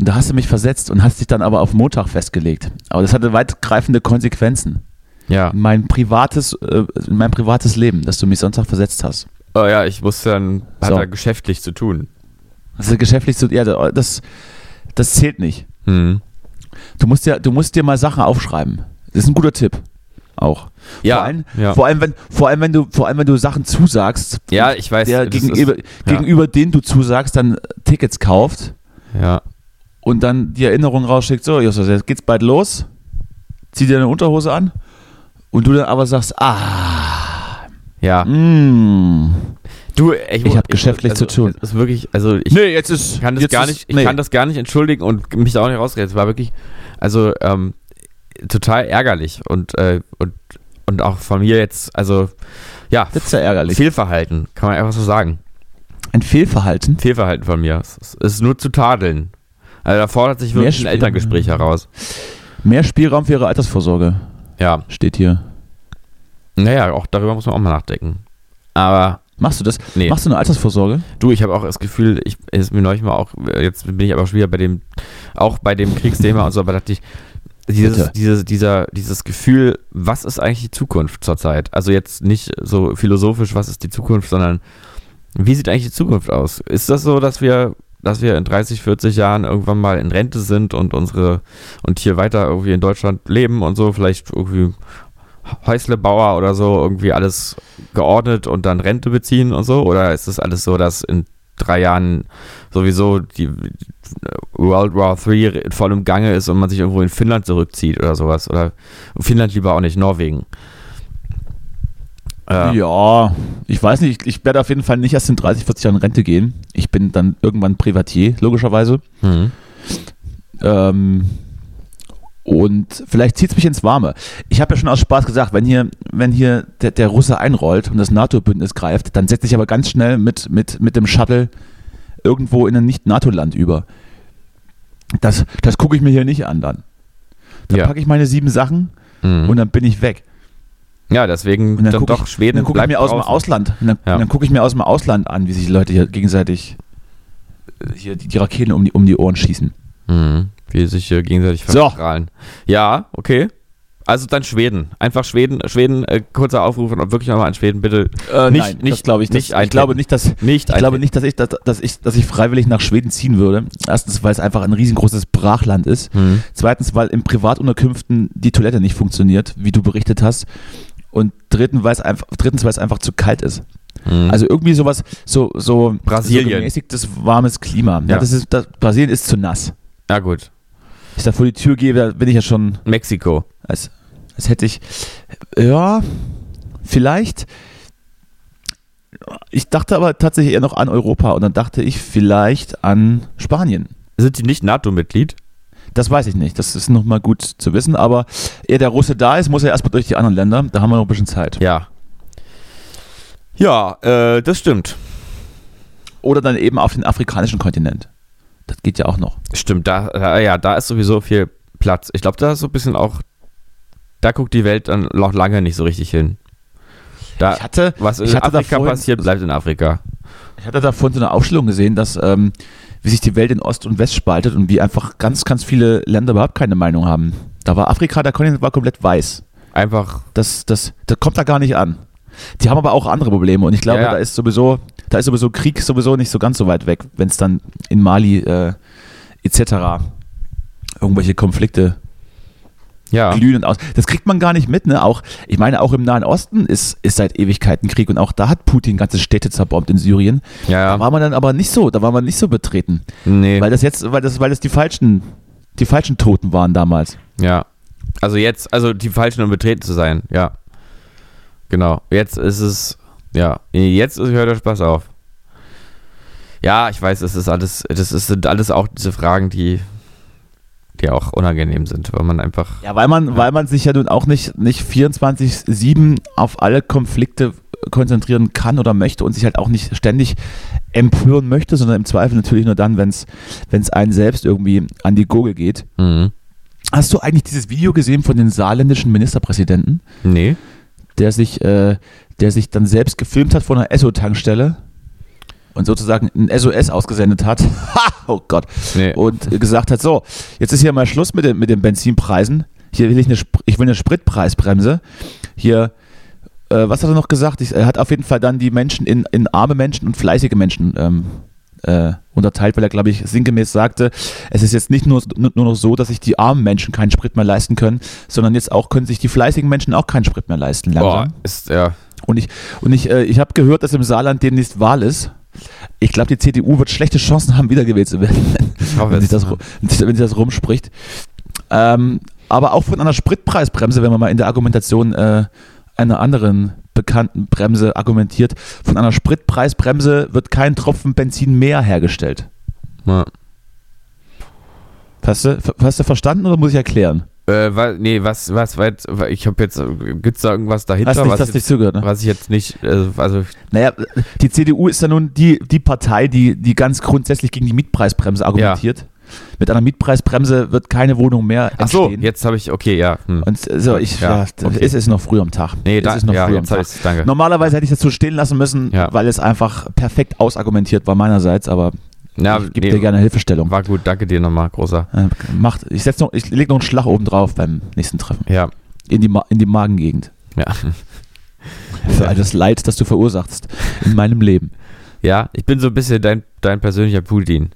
Speaker 3: Und da hast du mich versetzt und hast dich dann aber auf Montag festgelegt. Aber das hatte weitgreifende Konsequenzen.
Speaker 2: Ja.
Speaker 3: In mein privates, äh, in mein privates Leben, dass du mich Sonntag versetzt hast.
Speaker 2: Oh ja, ich muss dann, hat
Speaker 3: So.
Speaker 2: er geschäftlich zu tun.
Speaker 3: Also geschäftlich zu, ja, das, das zählt nicht.
Speaker 2: Hm.
Speaker 3: Du musst ja, du musst dir mal Sachen aufschreiben. Das ist ein guter Tipp. Auch.
Speaker 2: Ja,
Speaker 3: Vor allem,
Speaker 2: ja.
Speaker 3: Vor allem, wenn, vor allem, wenn du, vor allem, wenn du Sachen zusagst,
Speaker 2: Ja, ich weiß.
Speaker 3: der
Speaker 2: das
Speaker 3: gegenüber,
Speaker 2: ist, ja.
Speaker 3: gegenüber den du zusagst, dann Tickets kauft
Speaker 2: Ja.
Speaker 3: und dann die Erinnerung rausschickt, so, Justus, jetzt geht's bald los, zieh dir eine Unterhose an und du dann aber sagst, ah,
Speaker 2: ja.
Speaker 3: mm,
Speaker 2: Du, ich,
Speaker 3: Ich hab geschäftlich
Speaker 2: also,
Speaker 3: zu tun.
Speaker 2: Es ist wirklich, also ich
Speaker 3: nee, jetzt ist,
Speaker 2: kann das
Speaker 3: jetzt
Speaker 2: gar
Speaker 3: ist-
Speaker 2: nicht, ich
Speaker 3: nee.
Speaker 2: kann das gar nicht entschuldigen und mich da auch nicht rausreden. Es war wirklich, also ähm, total ärgerlich und äh, und und auch von mir jetzt, also ja,
Speaker 3: das ist ja ärgerlich.
Speaker 2: Fehlverhalten, kann man einfach so sagen.
Speaker 3: Ein Fehlverhalten.
Speaker 2: Fehlverhalten von mir. Es ist, es ist nur zu tadeln. Also da fordert sich
Speaker 3: Mehr
Speaker 2: wirklich ein
Speaker 3: Spiel-
Speaker 2: Elterngespräch heraus.
Speaker 3: Mehr Spielraum für ihre Altersvorsorge
Speaker 2: Ja.
Speaker 3: steht hier.
Speaker 2: Naja, auch darüber muss man auch mal nachdenken. Aber
Speaker 3: Machst du das?
Speaker 2: nee.
Speaker 3: Machst du eine Altersvorsorge?
Speaker 2: Du, ich habe auch das Gefühl, ich ist mir neulich mal auch, äh, jetzt bin ich aber schon wieder bei dem, auch bei dem Kriegsthema und so, aber dachte ich, dieses,
Speaker 3: Bitte.
Speaker 2: dieses, dieser, dieses Gefühl, was ist eigentlich die Zukunft zurzeit? Also jetzt nicht so philosophisch, was ist die Zukunft, sondern wie sieht eigentlich die Zukunft aus? Ist das so, dass wir, dass wir in 30, 40 Jahren irgendwann mal in Rente sind und unsere und hier weiter irgendwie in Deutschland leben und so, vielleicht irgendwie Häuslebauer oder so, irgendwie alles geordnet und dann Rente beziehen und so? Oder ist das alles so, dass in drei Jahren sowieso die World War III in vollem Gange ist und man sich irgendwo in Finnland zurückzieht oder sowas? Oder Finnland lieber auch nicht, Norwegen. Äh,
Speaker 3: Ja, ich weiß nicht, ich, ich werde auf jeden Fall nicht erst in 30, 40 Jahren in Rente gehen. Ich bin dann irgendwann Privatier, logischerweise.
Speaker 2: hm.
Speaker 3: Ähm, und vielleicht zieht es mich ins Warme. Ich habe ja schon aus Spaß gesagt, wenn hier, wenn hier der, der Russe einrollt und das NATO-Bündnis greift, dann setze ich aber ganz schnell mit, mit, mit dem Shuttle irgendwo in ein Nicht-NATO-Land über. Das, das gucke ich mir hier nicht an dann. Dann
Speaker 2: Ja.
Speaker 3: packe ich meine sieben Sachen
Speaker 2: Mhm.
Speaker 3: und dann bin ich weg.
Speaker 2: Ja, deswegen
Speaker 3: Und dann
Speaker 2: dann
Speaker 3: guck
Speaker 2: doch
Speaker 3: ich,
Speaker 2: Schweden
Speaker 3: dann gucke ich
Speaker 2: bleibt
Speaker 3: mir aus dem
Speaker 2: draußen.
Speaker 3: Ausland, und dann,
Speaker 2: Ja.
Speaker 3: und dann gucke ich mir aus dem Ausland an, wie sich die Leute hier gegenseitig äh, hier die, die Raketen um die, um die Ohren schießen.
Speaker 2: Mhm. Wie sich hier gegenseitig
Speaker 3: So.
Speaker 2: verstrahlen. Ja, okay. Also dann Schweden. Einfach Schweden, Schweden, äh, kurzer Aufruf und wirklich nochmal an Schweden, bitte
Speaker 3: Äh,
Speaker 2: Nicht-
Speaker 3: nein,
Speaker 2: nicht-
Speaker 3: das glaube ich
Speaker 2: nicht
Speaker 3: nicht. Ich glaube
Speaker 2: eintippen.
Speaker 3: nicht, dass
Speaker 2: nicht
Speaker 3: ich glaube nicht, dass ich, dass, dass ich, dass ich freiwillig nach Schweden ziehen würde. Erstens, weil es einfach ein riesengroßes Brachland ist.
Speaker 2: Mhm.
Speaker 3: Zweitens, weil in Privatunterkünften die Toilette nicht funktioniert, wie du berichtet hast. Und drittens, weil es einfach, drittens, weil es einfach zu kalt ist.
Speaker 2: Mhm.
Speaker 3: Also irgendwie sowas, so, so,
Speaker 2: Brasilien.
Speaker 3: so gemäßigtes warmes Klima. Ja.
Speaker 2: Ja.
Speaker 3: das ist, das, Brasilien ist zu nass.
Speaker 2: ja gut.
Speaker 3: ich da vor die Tür gehe, da bin ich ja schon,
Speaker 2: Mexiko.
Speaker 3: als, als hätte ich, ja, vielleicht. Ich dachte aber tatsächlich eher noch an Europa und dann dachte ich vielleicht an Spanien.
Speaker 2: Sind die nicht NATO-Mitglied?
Speaker 3: Das weiß ich nicht, das ist nochmal gut zu wissen, aber ehe der Russe da ist, muss er erstmal durch die anderen Länder, da haben wir noch ein bisschen Zeit.
Speaker 2: Ja. Ja, äh, das stimmt.
Speaker 3: Oder dann eben auf den afrikanischen Kontinent. Das geht ja auch noch.
Speaker 2: Stimmt, da, äh, ja, da ist sowieso viel Platz. Ich glaube, da ist so ein bisschen auch, da guckt die Welt dann noch lange nicht so richtig hin. Da,
Speaker 3: Ich hatte,
Speaker 2: was in
Speaker 3: ich hatte da
Speaker 2: Afrika
Speaker 3: vorhin-
Speaker 2: passiert, bleibt in Afrika.
Speaker 3: Ich hatte da vorhin so eine Aufstellung gesehen, dass ähm, wie sich die Welt in Ost und West spaltet und wie einfach ganz, ganz viele Länder überhaupt keine Meinung haben. Da war Afrika, der Kontinent war komplett weiß.
Speaker 2: Einfach
Speaker 3: Das, das, das kommt da gar nicht an. Die haben aber auch andere Probleme und ich glaube,
Speaker 2: Ja, ja.
Speaker 3: da ist sowieso, da ist sowieso Krieg sowieso nicht so ganz so weit weg, wenn es dann in Mali äh, etc. irgendwelche Konflikte
Speaker 2: Ja.
Speaker 3: glühend aus. Das kriegt man gar nicht mit, ne? Auch, ich meine, auch im Nahen Osten ist, ist seit Ewigkeiten Krieg und auch da hat Putin ganze Städte zerbombt in Syrien.
Speaker 2: Ja,
Speaker 3: Da
Speaker 2: ja.
Speaker 3: war man dann aber nicht so, da war man nicht so betreten.
Speaker 2: Nee.
Speaker 3: Weil das jetzt, weil das, weil das die falschen, die falschen Toten waren damals.
Speaker 2: Ja. Also jetzt, also die Falschen und betreten zu sein, ja. Genau. Jetzt ist es, ja. Jetzt ist, hört der Spaß auf. Ja, ich weiß, es ist alles, das ist, sind alles auch diese Fragen, die, die auch unangenehm sind, weil man einfach,
Speaker 3: Ja, weil man, weil man sich ja nun auch nicht, nicht 24-7 auf alle Konflikte konzentrieren kann oder möchte und sich halt auch nicht ständig empören möchte, sondern im Zweifel natürlich nur dann, wenn es einen selbst irgendwie an die Gurgel geht.
Speaker 2: mhm.
Speaker 3: Hast du eigentlich dieses Video gesehen von dem saarländischen Ministerpräsidenten,
Speaker 2: nee.
Speaker 3: der sich, äh, der sich dann selbst gefilmt hat vor einer Esso-Tankstelle und sozusagen ein SOS ausgesendet hat? Ha! Oh Gott.
Speaker 2: Nee.
Speaker 3: Und gesagt hat, so, jetzt ist hier mal Schluss mit den, mit den Benzinpreisen. Hier will ich eine, Sp- ich will eine Spritpreisbremse. Hier, äh, was hat er noch gesagt? Ich, er hat auf jeden Fall dann die Menschen in, in arme Menschen und fleißige Menschen ähm, äh, unterteilt, weil er, glaube ich, sinngemäß sagte, es ist jetzt nicht nur, nur nur noch so, dass sich die armen Menschen keinen Sprit mehr leisten können, sondern jetzt auch können sich die fleißigen Menschen auch keinen Sprit mehr leisten.
Speaker 2: Boah,
Speaker 3: Langsam.
Speaker 2: ist, ja.
Speaker 3: Und ich, und ich, äh, ich habe gehört, dass im Saarland demnächst Wahl ist. Ich glaube, die CDU wird schlechte Chancen haben, wiedergewählt zu werden,
Speaker 2: Ich hoffe
Speaker 3: wenn sich
Speaker 2: es.
Speaker 3: das, ru- wenn sich- wenn sich das rumspricht. Ähm, aber auch von einer Spritpreisbremse, wenn man mal in der Argumentation äh, einer anderen bekannten Bremse argumentiert, von einer Spritpreisbremse wird kein Tropfen Benzin mehr hergestellt.
Speaker 2: Ja.
Speaker 3: Hast du, hast du verstanden oder muss ich erklären?
Speaker 2: Äh, wa, nee, was, was, war jetzt- ich habe jetzt, gibt's da irgendwas dahinter,
Speaker 3: Hast du nicht,
Speaker 2: was,
Speaker 3: hast nicht
Speaker 2: jetzt,
Speaker 3: zugehört? Ne?
Speaker 2: was ich jetzt nicht, äh, also,
Speaker 3: Naja, die CDU ist ja nun die, die Partei, die, die ganz grundsätzlich gegen die Mietpreisbremse argumentiert. Mit einer Mietpreisbremse wird keine Wohnung mehr entstehen.
Speaker 2: ach so, jetzt habe ich, okay, ja. Hm.
Speaker 3: Und so, ich,
Speaker 2: Ja,
Speaker 3: ja,
Speaker 2: okay.
Speaker 3: es ist noch früh am Tag.
Speaker 2: Nee,
Speaker 3: es
Speaker 2: da,
Speaker 3: ist noch
Speaker 2: ja,
Speaker 3: früh am
Speaker 2: jetzt hab
Speaker 3: Tag.
Speaker 2: ich's, danke.
Speaker 3: Normalerweise hätte ich das so stehen lassen müssen,
Speaker 2: Ja.
Speaker 3: weil es einfach perfekt ausargumentiert war meinerseits, aber
Speaker 2: Ja,
Speaker 3: ich gebe
Speaker 2: nee,
Speaker 3: dir gerne Hilfestellung.
Speaker 2: War gut, danke dir nochmal, großer.
Speaker 3: Äh, Macht, ich setz noch, ich lege noch einen Schlag oben drauf beim nächsten Treffen.
Speaker 2: Ja,
Speaker 3: In die, Ma in die Magengegend.
Speaker 2: ja.
Speaker 3: Für all das Leid, das du verursachst in meinem Leben.
Speaker 2: Ja, ich bin so ein bisschen dein, dein persönlicher Putin.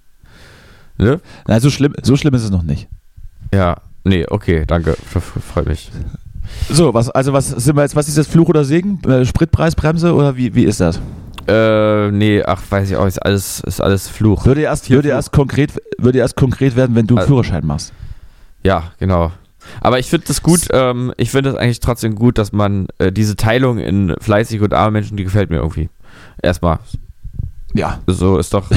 Speaker 2: Ne?
Speaker 3: Na, so schlimm, so schlimm ist es noch nicht.
Speaker 2: Ja, nee, okay, danke, f- f- freut mich.
Speaker 3: So, was, also was sind wir jetzt, was ist das Fluch oder Segen? Äh, Spritpreisbremse oder wie, wie ist das?
Speaker 2: Äh, nee, ach, weiß ich auch, ist alles, ist alles Fluch.
Speaker 3: Würde erst, würde erst konkret, würde erst konkret werden, wenn du einen
Speaker 2: Also-
Speaker 3: Führerschein machst.
Speaker 2: Ja, genau. Aber ich finde das gut, ähm, ich finde das eigentlich trotzdem gut, dass man äh, diese Teilung in fleißige und arme Menschen, die gefällt mir irgendwie. Erstmal,
Speaker 3: Ja.
Speaker 2: so ist doch. äh,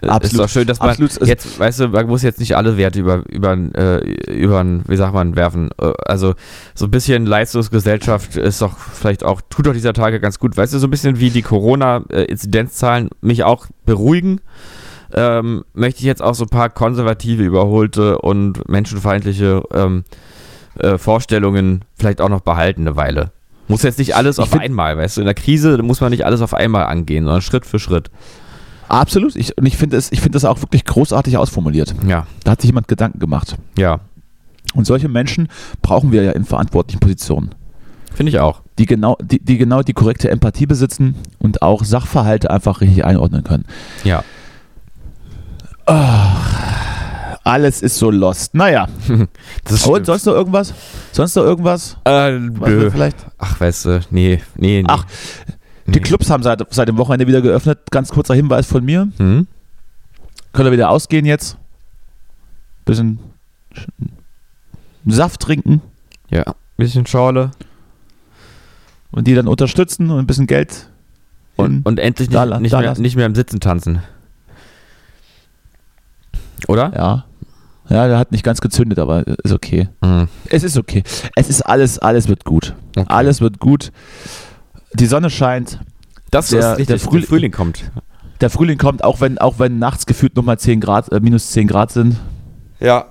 Speaker 2: Ist
Speaker 3: Absolut.
Speaker 2: doch schön, dass man
Speaker 3: Absolut.
Speaker 2: jetzt, weißt du, man muss jetzt nicht alle Werte über, über, äh, über wie sagt man, werfen. Äh, Also so ein bisschen Leistungsgesellschaft ist doch vielleicht auch, tut doch dieser Tage ganz gut. Weißt du, so ein bisschen wie die Corona-Inzidenzzahlen mich auch beruhigen, ähm, möchte ich jetzt auch so ein paar konservative, überholte und menschenfeindliche ähm, äh, Vorstellungen vielleicht auch noch behalten eine Weile. Muss jetzt nicht alles
Speaker 3: Ich
Speaker 2: auf
Speaker 3: find-
Speaker 2: einmal, weißt du, in der Krise muss man nicht alles auf einmal angehen, sondern Schritt für Schritt.
Speaker 3: Absolut. Ich, und ich finde es- ich finde das auch wirklich großartig ausformuliert.
Speaker 2: Ja,
Speaker 3: Da hat sich jemand Gedanken gemacht.
Speaker 2: ja,
Speaker 3: Und solche Menschen brauchen wir ja in verantwortlichen Positionen,
Speaker 2: finde ich auch.
Speaker 3: die genau die, die, genau die korrekte Empathie besitzen und auch Sachverhalte einfach richtig einordnen können.
Speaker 2: Ja.
Speaker 3: Alles ist so lost. Naja.
Speaker 2: Das
Speaker 3: Und sonst noch irgendwas? Sonst noch irgendwas?
Speaker 2: Äh,
Speaker 3: Was wir
Speaker 2: nö.
Speaker 3: vielleicht?
Speaker 2: Ach, weißt du, nee, nee, nee.
Speaker 3: Ach,
Speaker 2: Nee.
Speaker 3: die Clubs haben seit, seit dem Wochenende wieder geöffnet. Ganz kurzer Hinweis von mir.
Speaker 2: Hm?
Speaker 3: Können wir wieder ausgehen jetzt? Bisschen Sch- Saft trinken
Speaker 2: Ja, bisschen Schorle.
Speaker 3: und die dann unterstützen und ein bisschen Geld.
Speaker 2: Und,
Speaker 3: Und,
Speaker 2: und endlich nicht,
Speaker 3: Da la-
Speaker 2: nicht,
Speaker 3: da
Speaker 2: mehr,
Speaker 3: lassen.
Speaker 2: nicht mehr im Sitzen tanzen. Oder?
Speaker 3: ja. Ja, der hat nicht ganz gezündet, aber ist okay.
Speaker 2: Hm.
Speaker 3: Es ist okay. Es ist alles, alles wird gut.
Speaker 2: Okay.
Speaker 3: Alles wird gut. Die Sonne scheint,
Speaker 2: Das
Speaker 3: Der-
Speaker 2: ist richtig,
Speaker 3: der Frühling-
Speaker 2: Frühling kommt.
Speaker 3: der Frühling kommt, auch wenn, auch wenn nachts gefühlt nochmal 10 Grad, äh, minus 10 Grad sind.
Speaker 2: Ja.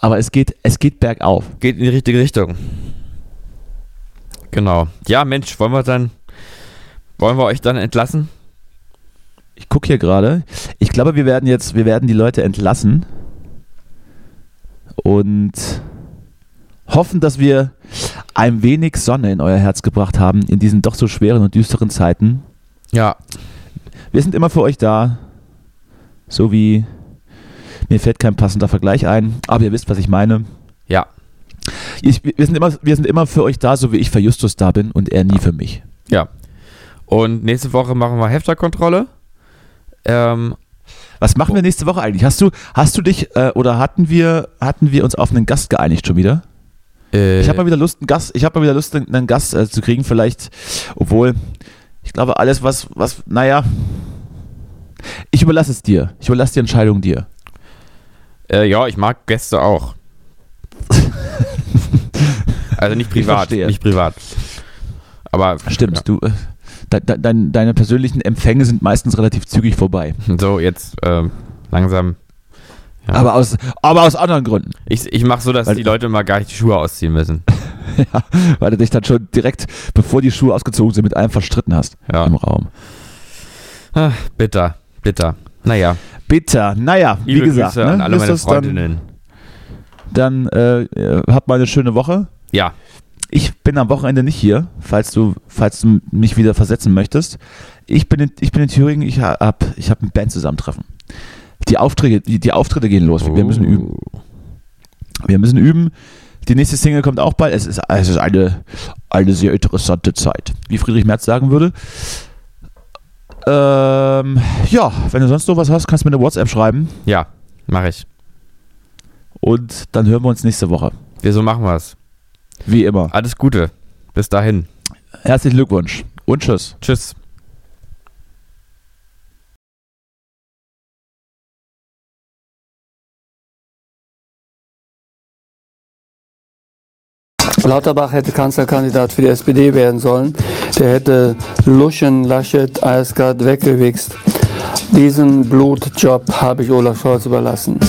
Speaker 3: Aber es geht, es geht bergauf.
Speaker 2: Geht in die richtige Richtung. Genau. Ja, Mensch, wollen wir dann, wollen wir euch dann entlassen?
Speaker 3: Ich gucke hier gerade. Ich glaube, wir werden jetzt, wir werden die Leute entlassen und hoffen, dass wir ein wenig Sonne in euer Herz gebracht haben in diesen doch so schweren und düsteren Zeiten.
Speaker 2: Ja.
Speaker 3: Wir sind immer für euch da, so wie Mir fällt kein passender Vergleich ein, aber ihr wisst, was ich meine.
Speaker 2: Ja.
Speaker 3: Ich, wir, sind immer, wir sind immer für euch da, so wie ich für Justus da bin und er nie für mich.
Speaker 2: Ja. Und nächste Woche machen wir Hefterkontrolle. Ähm,
Speaker 3: Was machen
Speaker 2: Oh.
Speaker 3: wir nächste Woche eigentlich? Hast du, hast du dich äh, oder hatten wir, hatten wir uns auf einen Gast geeinigt schon wieder?
Speaker 2: äh,
Speaker 3: Ich habe mal wieder Lust, einen Gast, ich habe mal wieder Lust, einen Gast äh, zu kriegen, vielleicht, obwohl, ich glaube, alles, was, was, naja. Ich überlasse es dir. Ich überlasse die Entscheidung dir.
Speaker 2: äh, ja, ich mag Gäste auch. also nicht privat,
Speaker 3: verstehe.
Speaker 2: nicht privat. Aber
Speaker 3: Stimmt, du, äh, de, de, dein- deine persönlichen Empfänge sind meistens relativ zügig vorbei.
Speaker 2: Ja. So jetzt ähm, langsam. Ja.
Speaker 3: Aber, aus, aber aus anderen Gründen.
Speaker 2: Ich, ich mache so, dass
Speaker 3: Weil-
Speaker 2: die Leute mal gar nicht die Schuhe ausziehen müssen.
Speaker 3: Ja, weil du dich dann schon direkt, bevor die Schuhe ausgezogen sind, mit einem verstritten hast
Speaker 2: Ja.
Speaker 3: im Raum.
Speaker 2: Ah, bitter, bitter. Naja,
Speaker 3: Bitter. Naja,
Speaker 2: liebe
Speaker 3: wie gesagt,
Speaker 2: Grüße an
Speaker 3: ne?
Speaker 2: alle meine
Speaker 3: Justus,
Speaker 2: Freundinnen.
Speaker 3: dann, dann äh, äh, habt mal eine schöne Woche.
Speaker 2: Ja,
Speaker 3: Ich bin am Wochenende nicht hier, falls du, falls du mich wieder versetzen möchtest. Ich bin in, ich bin in Thüringen, ich hab, ich hab ein Bandzusammentreffen. Die Aufträge, die, die Auftritte gehen los. Wir müssen üben. Wir müssen üben. Die nächste Single kommt auch bald. Es ist, es ist eine, eine sehr interessante Zeit, wie Friedrich Merz sagen würde. Ähm, ja, wenn du sonst noch was hast, kannst du mir eine WhatsApp schreiben
Speaker 2: ja, mache ich.
Speaker 3: und dann hören wir uns nächste Woche.
Speaker 2: Wieso machen wir's?
Speaker 3: Wie immer.
Speaker 2: Alles Gute. Bis dahin.
Speaker 3: Herzlichen Glückwunsch und tschüss.
Speaker 2: Tschüss.
Speaker 4: Lauterbach hätte Kanzlerkandidat für die SPD werden sollen. Der hätte Luschen, Laschet, Eiskart weggewichst. Diesen Blutjob habe ich Olaf Scholz überlassen.